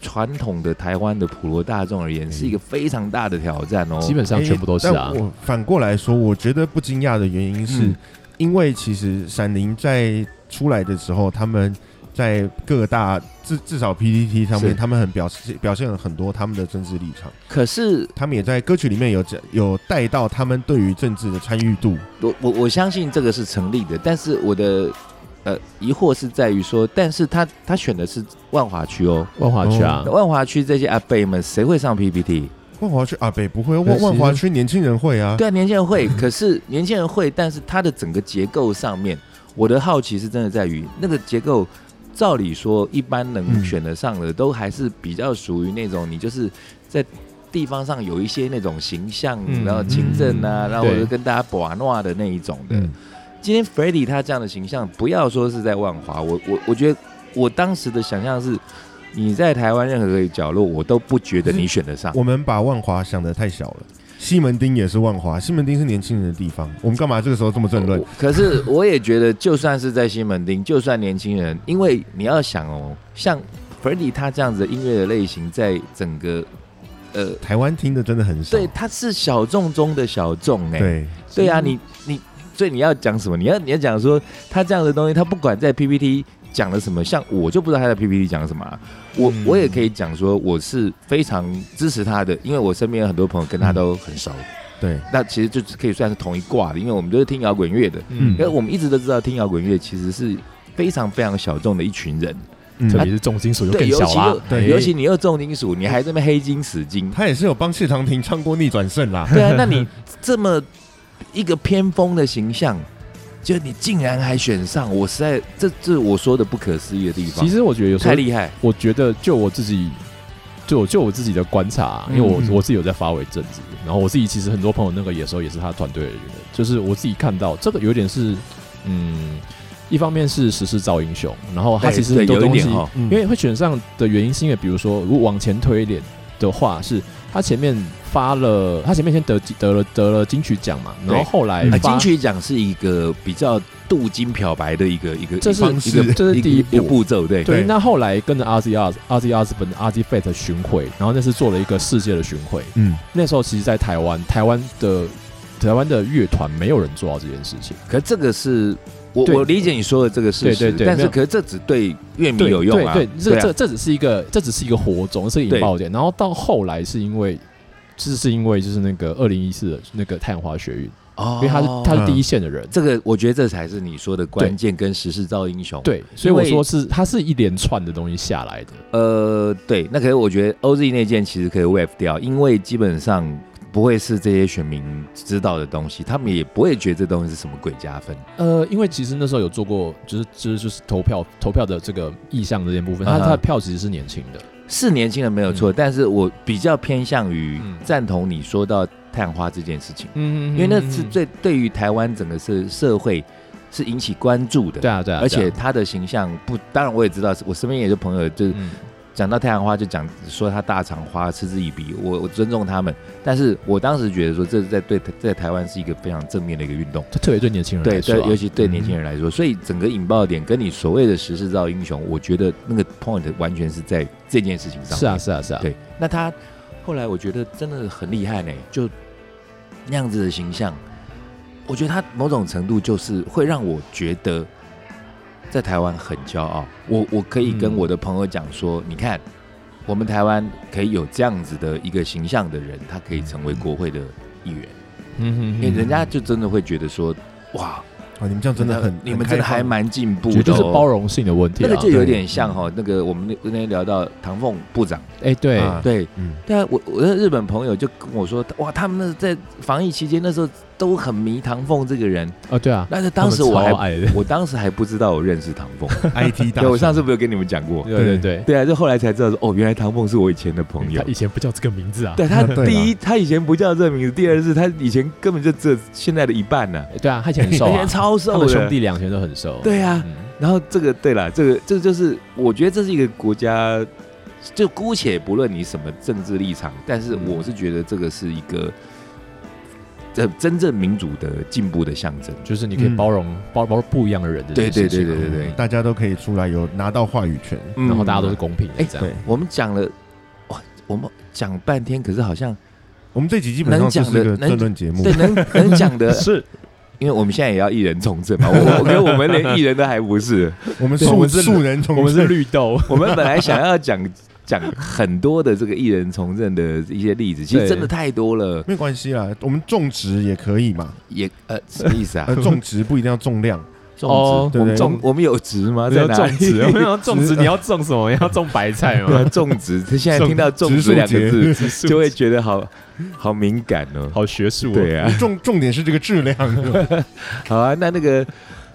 Speaker 1: 传统的台湾的普罗大众而言，是一个非常大的挑战哦。
Speaker 3: 嗯基本上
Speaker 2: 哎
Speaker 3: 全部都是啊
Speaker 2: 但，我反过来说，我觉得不惊讶的原因是
Speaker 1: 嗯，
Speaker 2: 因为其实闪灵在出来的时候，他们在各大至至少 PPT 上
Speaker 1: 是
Speaker 2: 面，他们很表现表现了很多他们的政治立场，
Speaker 1: 可是
Speaker 2: 他们也在歌曲里面有这有带到他们对于政治的参与度。
Speaker 1: 我我我相信这个是成立的，但是我的呃疑惑是在于说，但是他他选的是万华区哦，
Speaker 3: 万华区啊
Speaker 1: 那，万华区这些阿贝们谁会上 PPT？
Speaker 2: 万华区啊，北不会，
Speaker 3: 可
Speaker 2: 万
Speaker 3: 是
Speaker 2: 万华区年轻人会啊，
Speaker 1: *laughs* 对啊，年轻人
Speaker 3: *laughs*
Speaker 1: 会，可是年轻人会，但是它的整个结构上面，我的好奇是真的在于那个结构。照理说，一般能
Speaker 2: 嗯
Speaker 1: 选得上的都还是比较属于那种你就是在地方上有一些那种形象，
Speaker 3: 嗯
Speaker 1: 然后勤政啊，
Speaker 3: 嗯
Speaker 1: 然后我
Speaker 3: 对
Speaker 1: 就跟大家把诺的那一种的。
Speaker 2: 嗯，
Speaker 1: 今天 f r e d d y 他这样的形象，不要说是在万华，我我我觉得我当时的想象是，你在台湾任何一个角落，我都不觉得
Speaker 3: *laughs*
Speaker 1: 你选得上。
Speaker 2: 我们把万华想的太小了。西门町也是万华，西门町是年轻人的地方，我们干嘛这个时候这么争论？
Speaker 1: 我可是我也觉得，就算是在西门町，就算年轻人，因为你要想哦，像 f r e d d y 他这样子的音乐的类型，在整个呃，
Speaker 2: 台湾听的真的很少。
Speaker 1: 对，他是小众中的小众哎、
Speaker 2: 对
Speaker 1: 对啊，你你所以你要讲什么？你要你要讲说他这样的东西，他不管在 PPT 讲了什么，像我就不知道他在 PPT 讲了什么啊、我、
Speaker 2: 嗯
Speaker 1: 我也可以讲说我是非常支持他的，因为我身边有很多朋友跟他都很
Speaker 2: 嗯
Speaker 1: 熟，
Speaker 2: 对
Speaker 1: 那其实就可以算是同一挂的，因为我们都是听摇滚乐的，
Speaker 2: 嗯
Speaker 1: 因为我们一直都知道听摇滚乐其实是非常非常小众的一群人，
Speaker 2: 嗯
Speaker 3: 特别是重金属就
Speaker 1: 对，
Speaker 3: 更
Speaker 1: 尤
Speaker 3: 小啊
Speaker 1: 其
Speaker 3: 啦
Speaker 1: 又。
Speaker 2: 对
Speaker 1: 尤其你又重金属，你还这么黑金死
Speaker 3: *laughs*
Speaker 1: 金，
Speaker 2: 他也是有帮谢长廷唱过《逆转胜》啦。
Speaker 1: 对啊，那你这么一个偏锋的形象，就你竟然还选上，我实在这这是我说的不可思议的地方，
Speaker 3: 其实我觉得有时
Speaker 1: 太
Speaker 3: 候，
Speaker 1: 厉害，
Speaker 3: 我觉得就我自己，就我就我自己的观察啊、因为我
Speaker 2: 嗯
Speaker 3: 我自己有在发为政治，然后我自己其实很多朋友那个也时候也是他团队的人，就是我自己看到这个有点是，嗯，一方面是时势造英雄，然后他
Speaker 1: 对
Speaker 3: 其实
Speaker 1: 对
Speaker 3: 很多
Speaker 1: 有一
Speaker 3: 东
Speaker 1: 点
Speaker 3: 西
Speaker 1: 哦，
Speaker 2: 因
Speaker 3: 因为会选上的原因是因为，比如说，如果往前推一点的话，是他前面发了，他前面先得得了得了金曲奖嘛，然后后来
Speaker 2: 嗯
Speaker 1: 啊，
Speaker 3: 发
Speaker 1: 金曲奖是一个比较镀金漂白的一个一个
Speaker 3: 这
Speaker 1: 一
Speaker 3: 是
Speaker 1: 方一个
Speaker 3: 这是第一
Speaker 1: 个
Speaker 3: 步
Speaker 1: 步骤，对
Speaker 3: 对，
Speaker 2: 对
Speaker 3: 那后来跟着 RZR、RZR 本 RZ Fate 巡回，然后那是做了一个世界的巡回。
Speaker 2: 嗯，
Speaker 3: 那时候其实，在台湾，台湾的台湾的乐团没有人做到这件事情，
Speaker 1: 可这个是我
Speaker 3: 对
Speaker 1: 我理解你说的这个事
Speaker 3: 对
Speaker 1: 实
Speaker 3: 对，对
Speaker 1: 但
Speaker 3: 没
Speaker 1: 是
Speaker 3: 有
Speaker 1: 可是这只对乐迷有用啊，
Speaker 3: 对对，这
Speaker 1: 啊
Speaker 3: 这这只是一个这只是一个火种，是一个
Speaker 1: 对
Speaker 3: 引爆点。然后到后来是因为，这是因为就是那个二零一四的那个太阳花学运，
Speaker 1: 哦
Speaker 3: 因为他是他是第一线的人，
Speaker 1: 这个我觉得这才是你说的关键跟时势造英雄，
Speaker 3: 对，所以我说是它是一连串的东西下来的，
Speaker 1: 呃，对，那可是我觉得 OZ 那件其实可以 wave 掉，因为基本上不会是这些选民知道的东西，他们也不会觉得这东西是什么鬼加分。
Speaker 3: 呃，因为其实那时候有做过，就是就是就是投票投票的这个意向这些部分，
Speaker 1: 啊
Speaker 3: 他
Speaker 1: 哈
Speaker 3: 他的票其实是年轻的，
Speaker 1: 是年轻人没有错，但是我比较偏向于
Speaker 3: 嗯
Speaker 1: 赞同你说到太阳花这件事情，
Speaker 3: 嗯
Speaker 1: 因为那是最对于台湾整个社社会是引起关注的。
Speaker 3: 对啊对啊，
Speaker 1: 而且他的形象不，当然我也知道，我身边也有朋友就是
Speaker 3: 嗯
Speaker 1: 讲到太阳花就讲说他大肠花嗤之以鼻，我我尊重他们，但是我当时觉得说这是在对在台湾是一个非常正面的一个运动，
Speaker 3: 他特别对年轻人
Speaker 1: 对
Speaker 3: 来说
Speaker 1: 对
Speaker 3: 啊，，
Speaker 1: 尤其对年轻人来说，所以整个引爆点跟你所谓的时势造英雄，我觉得那个 point 完全是在这件事情上面。
Speaker 3: 是啊是啊是啊，
Speaker 1: 对，那他后来我觉得真的很厉害呢，就那样子的形象，我觉得他某种程度就是会让我觉得在台湾很骄傲。我我可以跟
Speaker 3: 嗯
Speaker 1: 我的朋友讲说，你看我们台湾可以有这样子的一个形象的人，他可以成为国会的议员，
Speaker 3: 嗯
Speaker 1: 因为人家就真的会觉得说，哇，
Speaker 2: 啊，你们这样真的很，
Speaker 1: 你们真的还蛮进步
Speaker 3: 觉
Speaker 1: 的、
Speaker 3: 得就是包
Speaker 1: 容。
Speaker 3: 容性的问题
Speaker 1: 那
Speaker 3: 啊，
Speaker 1: 个就有
Speaker 2: 对
Speaker 1: 点像哈、那个我们那那天聊到唐凤部长，
Speaker 3: 哎对，
Speaker 2: 啊
Speaker 1: 对，
Speaker 2: 嗯，
Speaker 1: 对啊，我我的日本朋友就跟我说，哇，他们在防疫期间那时候都很迷唐凤这个人，
Speaker 3: 哦对啊，
Speaker 1: 但是当时
Speaker 3: 他们
Speaker 1: 我
Speaker 3: 超
Speaker 1: 还
Speaker 3: 爱的，
Speaker 1: 我当时还不知道我认识唐凤， *laughs*
Speaker 2: IT 大
Speaker 1: 对，
Speaker 2: 神，
Speaker 1: 我上次不是跟你们讲过，
Speaker 3: 对对对，
Speaker 1: 对啊，就后来才知道说，哦，原来唐凤是我以前的朋友
Speaker 3: 他。以前不叫这个名字啊，
Speaker 1: 对
Speaker 3: *laughs*
Speaker 1: 他
Speaker 2: 啊对啦
Speaker 1: 第一，他以前不叫这名字；第二是他以前根本就只有现在的一半呢、
Speaker 3: 对啊，他以前很
Speaker 1: *laughs*
Speaker 3: 瘦
Speaker 1: 以
Speaker 3: 啊
Speaker 1: 前，超
Speaker 3: 他
Speaker 1: 瘦
Speaker 3: 们
Speaker 1: 的
Speaker 3: 兄。弟两全都很瘦，
Speaker 1: 对啊，
Speaker 3: 嗯，
Speaker 1: 然后这个对了，这个这个就是我觉得这是一个国家，就姑且不论你什么政治立场，但是
Speaker 3: 嗯
Speaker 1: 我是觉得这个是一个这真正民主的进步的象征。
Speaker 3: 就是你可以
Speaker 2: 嗯
Speaker 3: 包容包包容不一样的人的这
Speaker 1: 对
Speaker 3: 件
Speaker 1: 对
Speaker 3: 事情啊，
Speaker 1: 对对对对
Speaker 2: 大家都可以出来有拿到话语权。
Speaker 1: 嗯
Speaker 3: 然后大家都是公平的
Speaker 1: 哎
Speaker 3: 这样
Speaker 2: 对。
Speaker 1: 我们讲了哇，我们讲半天，可是好像
Speaker 2: 我们这集基本上就是一个
Speaker 1: 能讲的
Speaker 2: 政论节目
Speaker 1: 对，能能讲的， *laughs*
Speaker 3: 是，
Speaker 1: 因为我们现在也要一人从政嘛，我我跟我们连一人都还不是，
Speaker 2: 我们
Speaker 3: 对我
Speaker 2: 素
Speaker 3: 们是
Speaker 2: 素人从
Speaker 3: 我们是绿豆，
Speaker 1: 我们本来想要讲。讲很多的这个艺人从政的一些例子，其实
Speaker 3: 对
Speaker 1: 真的太多了，
Speaker 2: 没有关系啦，我们种植也可以嘛，
Speaker 1: 也呃什么意思啊
Speaker 2: 呃，？种植不一定要重量，
Speaker 1: 种
Speaker 3: 哦
Speaker 1: 植，
Speaker 2: 对不
Speaker 1: 我们
Speaker 2: 对
Speaker 1: 种我们有植吗？
Speaker 3: 没
Speaker 1: 在
Speaker 3: 有
Speaker 1: 哪
Speaker 3: 种
Speaker 1: 里
Speaker 3: *laughs* 植，我们要
Speaker 1: *laughs*
Speaker 3: 种植，
Speaker 2: 植
Speaker 3: 你要种什么？要种白菜
Speaker 1: 对啊
Speaker 3: 吗？
Speaker 1: 种植，他现在
Speaker 2: 种
Speaker 1: 听到“种
Speaker 2: 植
Speaker 1: 植”
Speaker 2: 树
Speaker 1: 两个
Speaker 2: 节
Speaker 1: 字，
Speaker 3: 植树
Speaker 1: 就会觉得好好敏感哦。
Speaker 3: 好学术哦。
Speaker 1: 对啊，
Speaker 2: 重重点是这个质
Speaker 1: *laughs*
Speaker 2: 量。
Speaker 1: 好啊，那那个，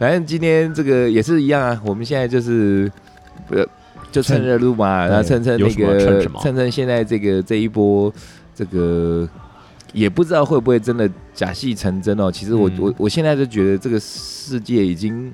Speaker 1: 反正今天这个也是一样啊。我们现在就是呃，就趁
Speaker 2: 趁
Speaker 1: 热度嘛，
Speaker 2: 对
Speaker 1: 然后趁趁
Speaker 3: 哎有
Speaker 1: 那
Speaker 3: 什么趁
Speaker 1: 个
Speaker 3: 什么
Speaker 1: 趁趁现在这个这一波这个。也不知道会不会真的假戏成真哦。其实我、
Speaker 3: 嗯
Speaker 1: 我我现在就觉得这个世界已经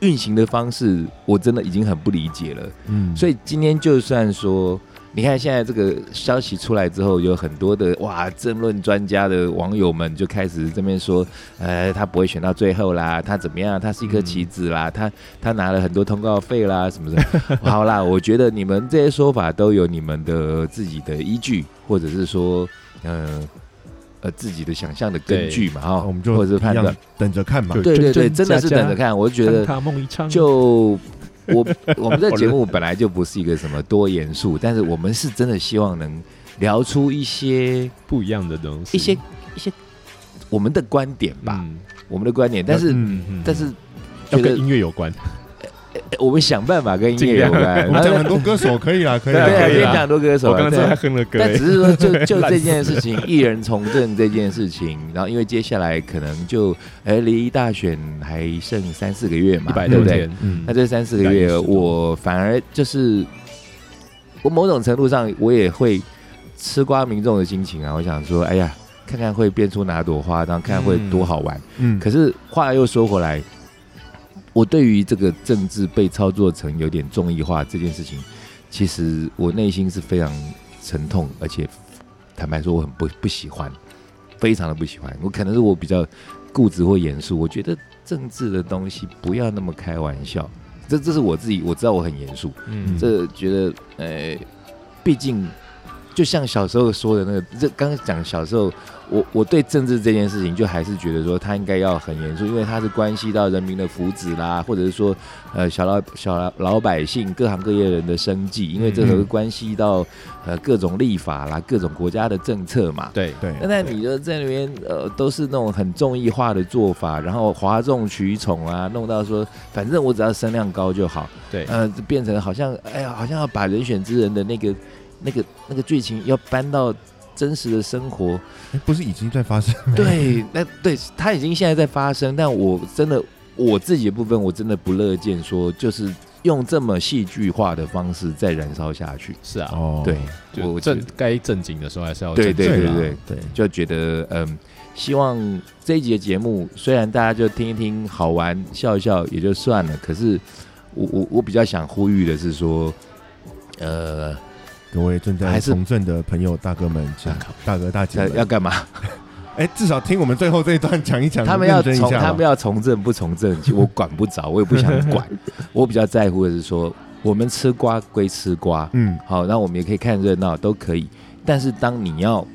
Speaker 1: 运行的方式，我真的已经很不理解了。
Speaker 2: 嗯
Speaker 1: 所以今天就算说你看现在这个消息出来之后，有很多的哇争论专家的网友们就开始这边说，呃，他不会选到最后啦，他怎么样？他是一颗棋子
Speaker 3: 嗯
Speaker 1: 啦，他他拿了很多通告费啦，什么什
Speaker 3: *laughs*
Speaker 1: 么。好啦，我觉得你们这些说法都有你们的自己的依据，或者是说，呃呃自己的想象的根据嘛，哈，
Speaker 2: 那我们就
Speaker 1: 哦或者是
Speaker 2: 一
Speaker 1: 判
Speaker 2: 样
Speaker 1: 断。
Speaker 2: 等着看嘛
Speaker 3: 就。
Speaker 1: 对对对，真
Speaker 3: 真
Speaker 1: 的是
Speaker 3: 假假
Speaker 1: 等着看。我就觉得
Speaker 3: 看他梦一场，
Speaker 1: 就我我们这节目本来就不是一个什么多严肃，但是我们是真的希望能聊出一些
Speaker 3: 不一样的东西，
Speaker 1: 一些一些我们的观点吧，
Speaker 3: 嗯，
Speaker 1: 我们的观点。但是、
Speaker 3: 嗯嗯
Speaker 1: 但是
Speaker 3: 要
Speaker 1: 觉得
Speaker 3: 跟音乐有关，
Speaker 1: 哎我们想办法跟音乐
Speaker 3: 尽
Speaker 1: 有
Speaker 3: 量
Speaker 1: 关，
Speaker 2: 我们
Speaker 1: 然后
Speaker 2: 讲很多歌手可以啦，可以
Speaker 1: 哎对
Speaker 2: 啦，
Speaker 1: 啊，
Speaker 3: 可以
Speaker 1: 跟
Speaker 3: 啦
Speaker 1: 你讲多歌手
Speaker 3: 我
Speaker 1: 啊，
Speaker 3: 刚刚
Speaker 1: 对
Speaker 3: 正
Speaker 1: 啊
Speaker 3: 在哼了歌，
Speaker 1: 但
Speaker 3: 哎
Speaker 1: 只是说就，就
Speaker 3: 烂死
Speaker 1: 这件事情，一人从政这件事情，然后因为接下来可能就哎离大选还剩三四个月嘛，
Speaker 3: 一百
Speaker 1: 对
Speaker 3: 多
Speaker 1: 不对？
Speaker 3: 天，
Speaker 2: 嗯
Speaker 1: 那，这三四个
Speaker 3: 感应
Speaker 1: 月，
Speaker 3: 是
Speaker 1: 我反而就是我某种程度上，我也会吃瓜民众的心情啊。我想说，哎呀，看看会变出哪朵花，然后看看会多好玩。
Speaker 2: 嗯，
Speaker 1: 可是话又说回来，我对于这个政治被操作成有点综艺化这件事情，其实我内心是非常沉痛，而且坦白说，我很不不喜欢，非常的不喜欢。我可能是我比较固执或严肃，我觉得政治的东西不要那么开玩笑。这这是我自己，我知道我很严肃，
Speaker 3: 嗯
Speaker 1: 这觉得呃，毕竟就像小时候说的那个，这刚刚讲小时候，我我对政治这件事情就还是觉得说他应该要很严肃，因为它是关系到人民的福祉啦，或者是说呃小老 *laughs* 小老老百姓各行各业人的生计，因为这
Speaker 2: 嗯
Speaker 1: 都是关系到呃各种立法啦，各种国家的政策嘛。
Speaker 3: 对
Speaker 2: 对，
Speaker 1: 那那你就在那边呃，都是那种很综艺化的做法，然后哗众取宠啊，弄到说反正我只要声量高就好，
Speaker 3: 对
Speaker 1: 呃，变成好像哎呀，好像要把人选之人的那个那个那个剧情要搬到真实的生活，
Speaker 2: 哎不是已经在发
Speaker 1: *laughs*
Speaker 2: 生？
Speaker 3: 嗯
Speaker 1: 对，那对他已经现在在发生，但我真的我自己的部分，我真的不乐见说就是用这么戏剧化的方式再燃烧下去，
Speaker 3: 是啊，
Speaker 2: 哦，
Speaker 1: 对我
Speaker 3: 就
Speaker 1: 我觉
Speaker 3: 正
Speaker 1: 得
Speaker 3: 该正经的时候还是要
Speaker 1: 对
Speaker 3: 正经啊
Speaker 1: 对
Speaker 3: 啦
Speaker 1: 对对
Speaker 2: 对，
Speaker 1: 就觉得嗯，希望这一集的节目虽然大家就听一听好玩笑一笑也就算了，可是我我我比较想呼吁的是说，呃，
Speaker 2: 各位正在
Speaker 1: 还是
Speaker 2: 从政的朋友大哥们，请大哥大姐
Speaker 1: 要
Speaker 2: 们
Speaker 1: 要干嘛？
Speaker 2: 哎，至少听我们最后这一段讲一讲，
Speaker 1: 他们要
Speaker 2: 认真一
Speaker 1: 从
Speaker 2: 下吧
Speaker 1: 他们要从政不从政，其实我管不着，我也不想管。我比较在乎的是说，我们吃瓜归吃瓜，
Speaker 2: 嗯，
Speaker 1: 好，那我们也可以看热闹，都可以。但是当你要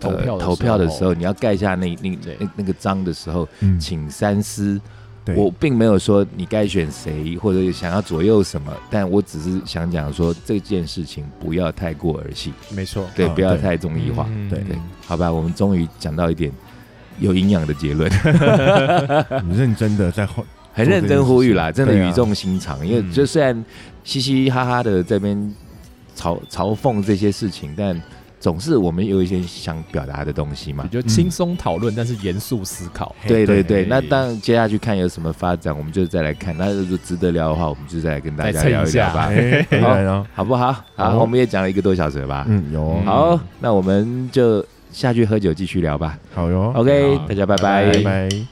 Speaker 3: 投
Speaker 1: 呃
Speaker 3: 票的
Speaker 1: 投票的
Speaker 3: 时
Speaker 1: 时
Speaker 3: 候
Speaker 1: 候，你要盖下那那
Speaker 3: 对
Speaker 1: 那那个章的时候，
Speaker 2: 嗯，
Speaker 1: 请三思。
Speaker 2: 对
Speaker 1: 我并没有说你该选谁，或者想要左右什么，但我只是想讲说这件事情不要太过儿戏，
Speaker 3: 没错，
Speaker 1: 对，
Speaker 2: 啊
Speaker 1: 不要
Speaker 2: 对
Speaker 1: 太综艺化。
Speaker 3: 哦嗯
Speaker 2: 对
Speaker 1: 对，好吧，我们终于讲到一点有营养的结论。 *laughs*
Speaker 2: 你认真的在后
Speaker 1: 很认真呼吁啦，
Speaker 2: 做
Speaker 1: 真
Speaker 2: 这
Speaker 1: 的
Speaker 2: 件事情
Speaker 1: 语重心长，因为
Speaker 3: 啊嗯
Speaker 1: 就虽然嘻嘻哈哈的这边嘲嘲讽这些事情，但总是我们有一些想表达的东西嘛
Speaker 3: 比。较轻松讨论，但是严肃思考。
Speaker 1: 对对对，
Speaker 3: 对
Speaker 1: 那当然接下去看有什么发展，我们就再来看。那如果值得聊的话，我们就再来跟大
Speaker 3: 再
Speaker 1: 家
Speaker 3: 蹭一
Speaker 1: 聊一
Speaker 3: 下
Speaker 1: 聊吧，
Speaker 2: 哎，当然哦，
Speaker 1: *laughs* 好不好？好，
Speaker 2: 好
Speaker 1: 我们也讲了一个多小时了吧。
Speaker 2: 嗯，有哦
Speaker 3: 嗯
Speaker 1: 好，那我们就下去喝酒继续聊吧。
Speaker 2: 好哟，
Speaker 1: OK，
Speaker 3: 好
Speaker 1: 大家拜
Speaker 3: 拜
Speaker 2: 拜拜。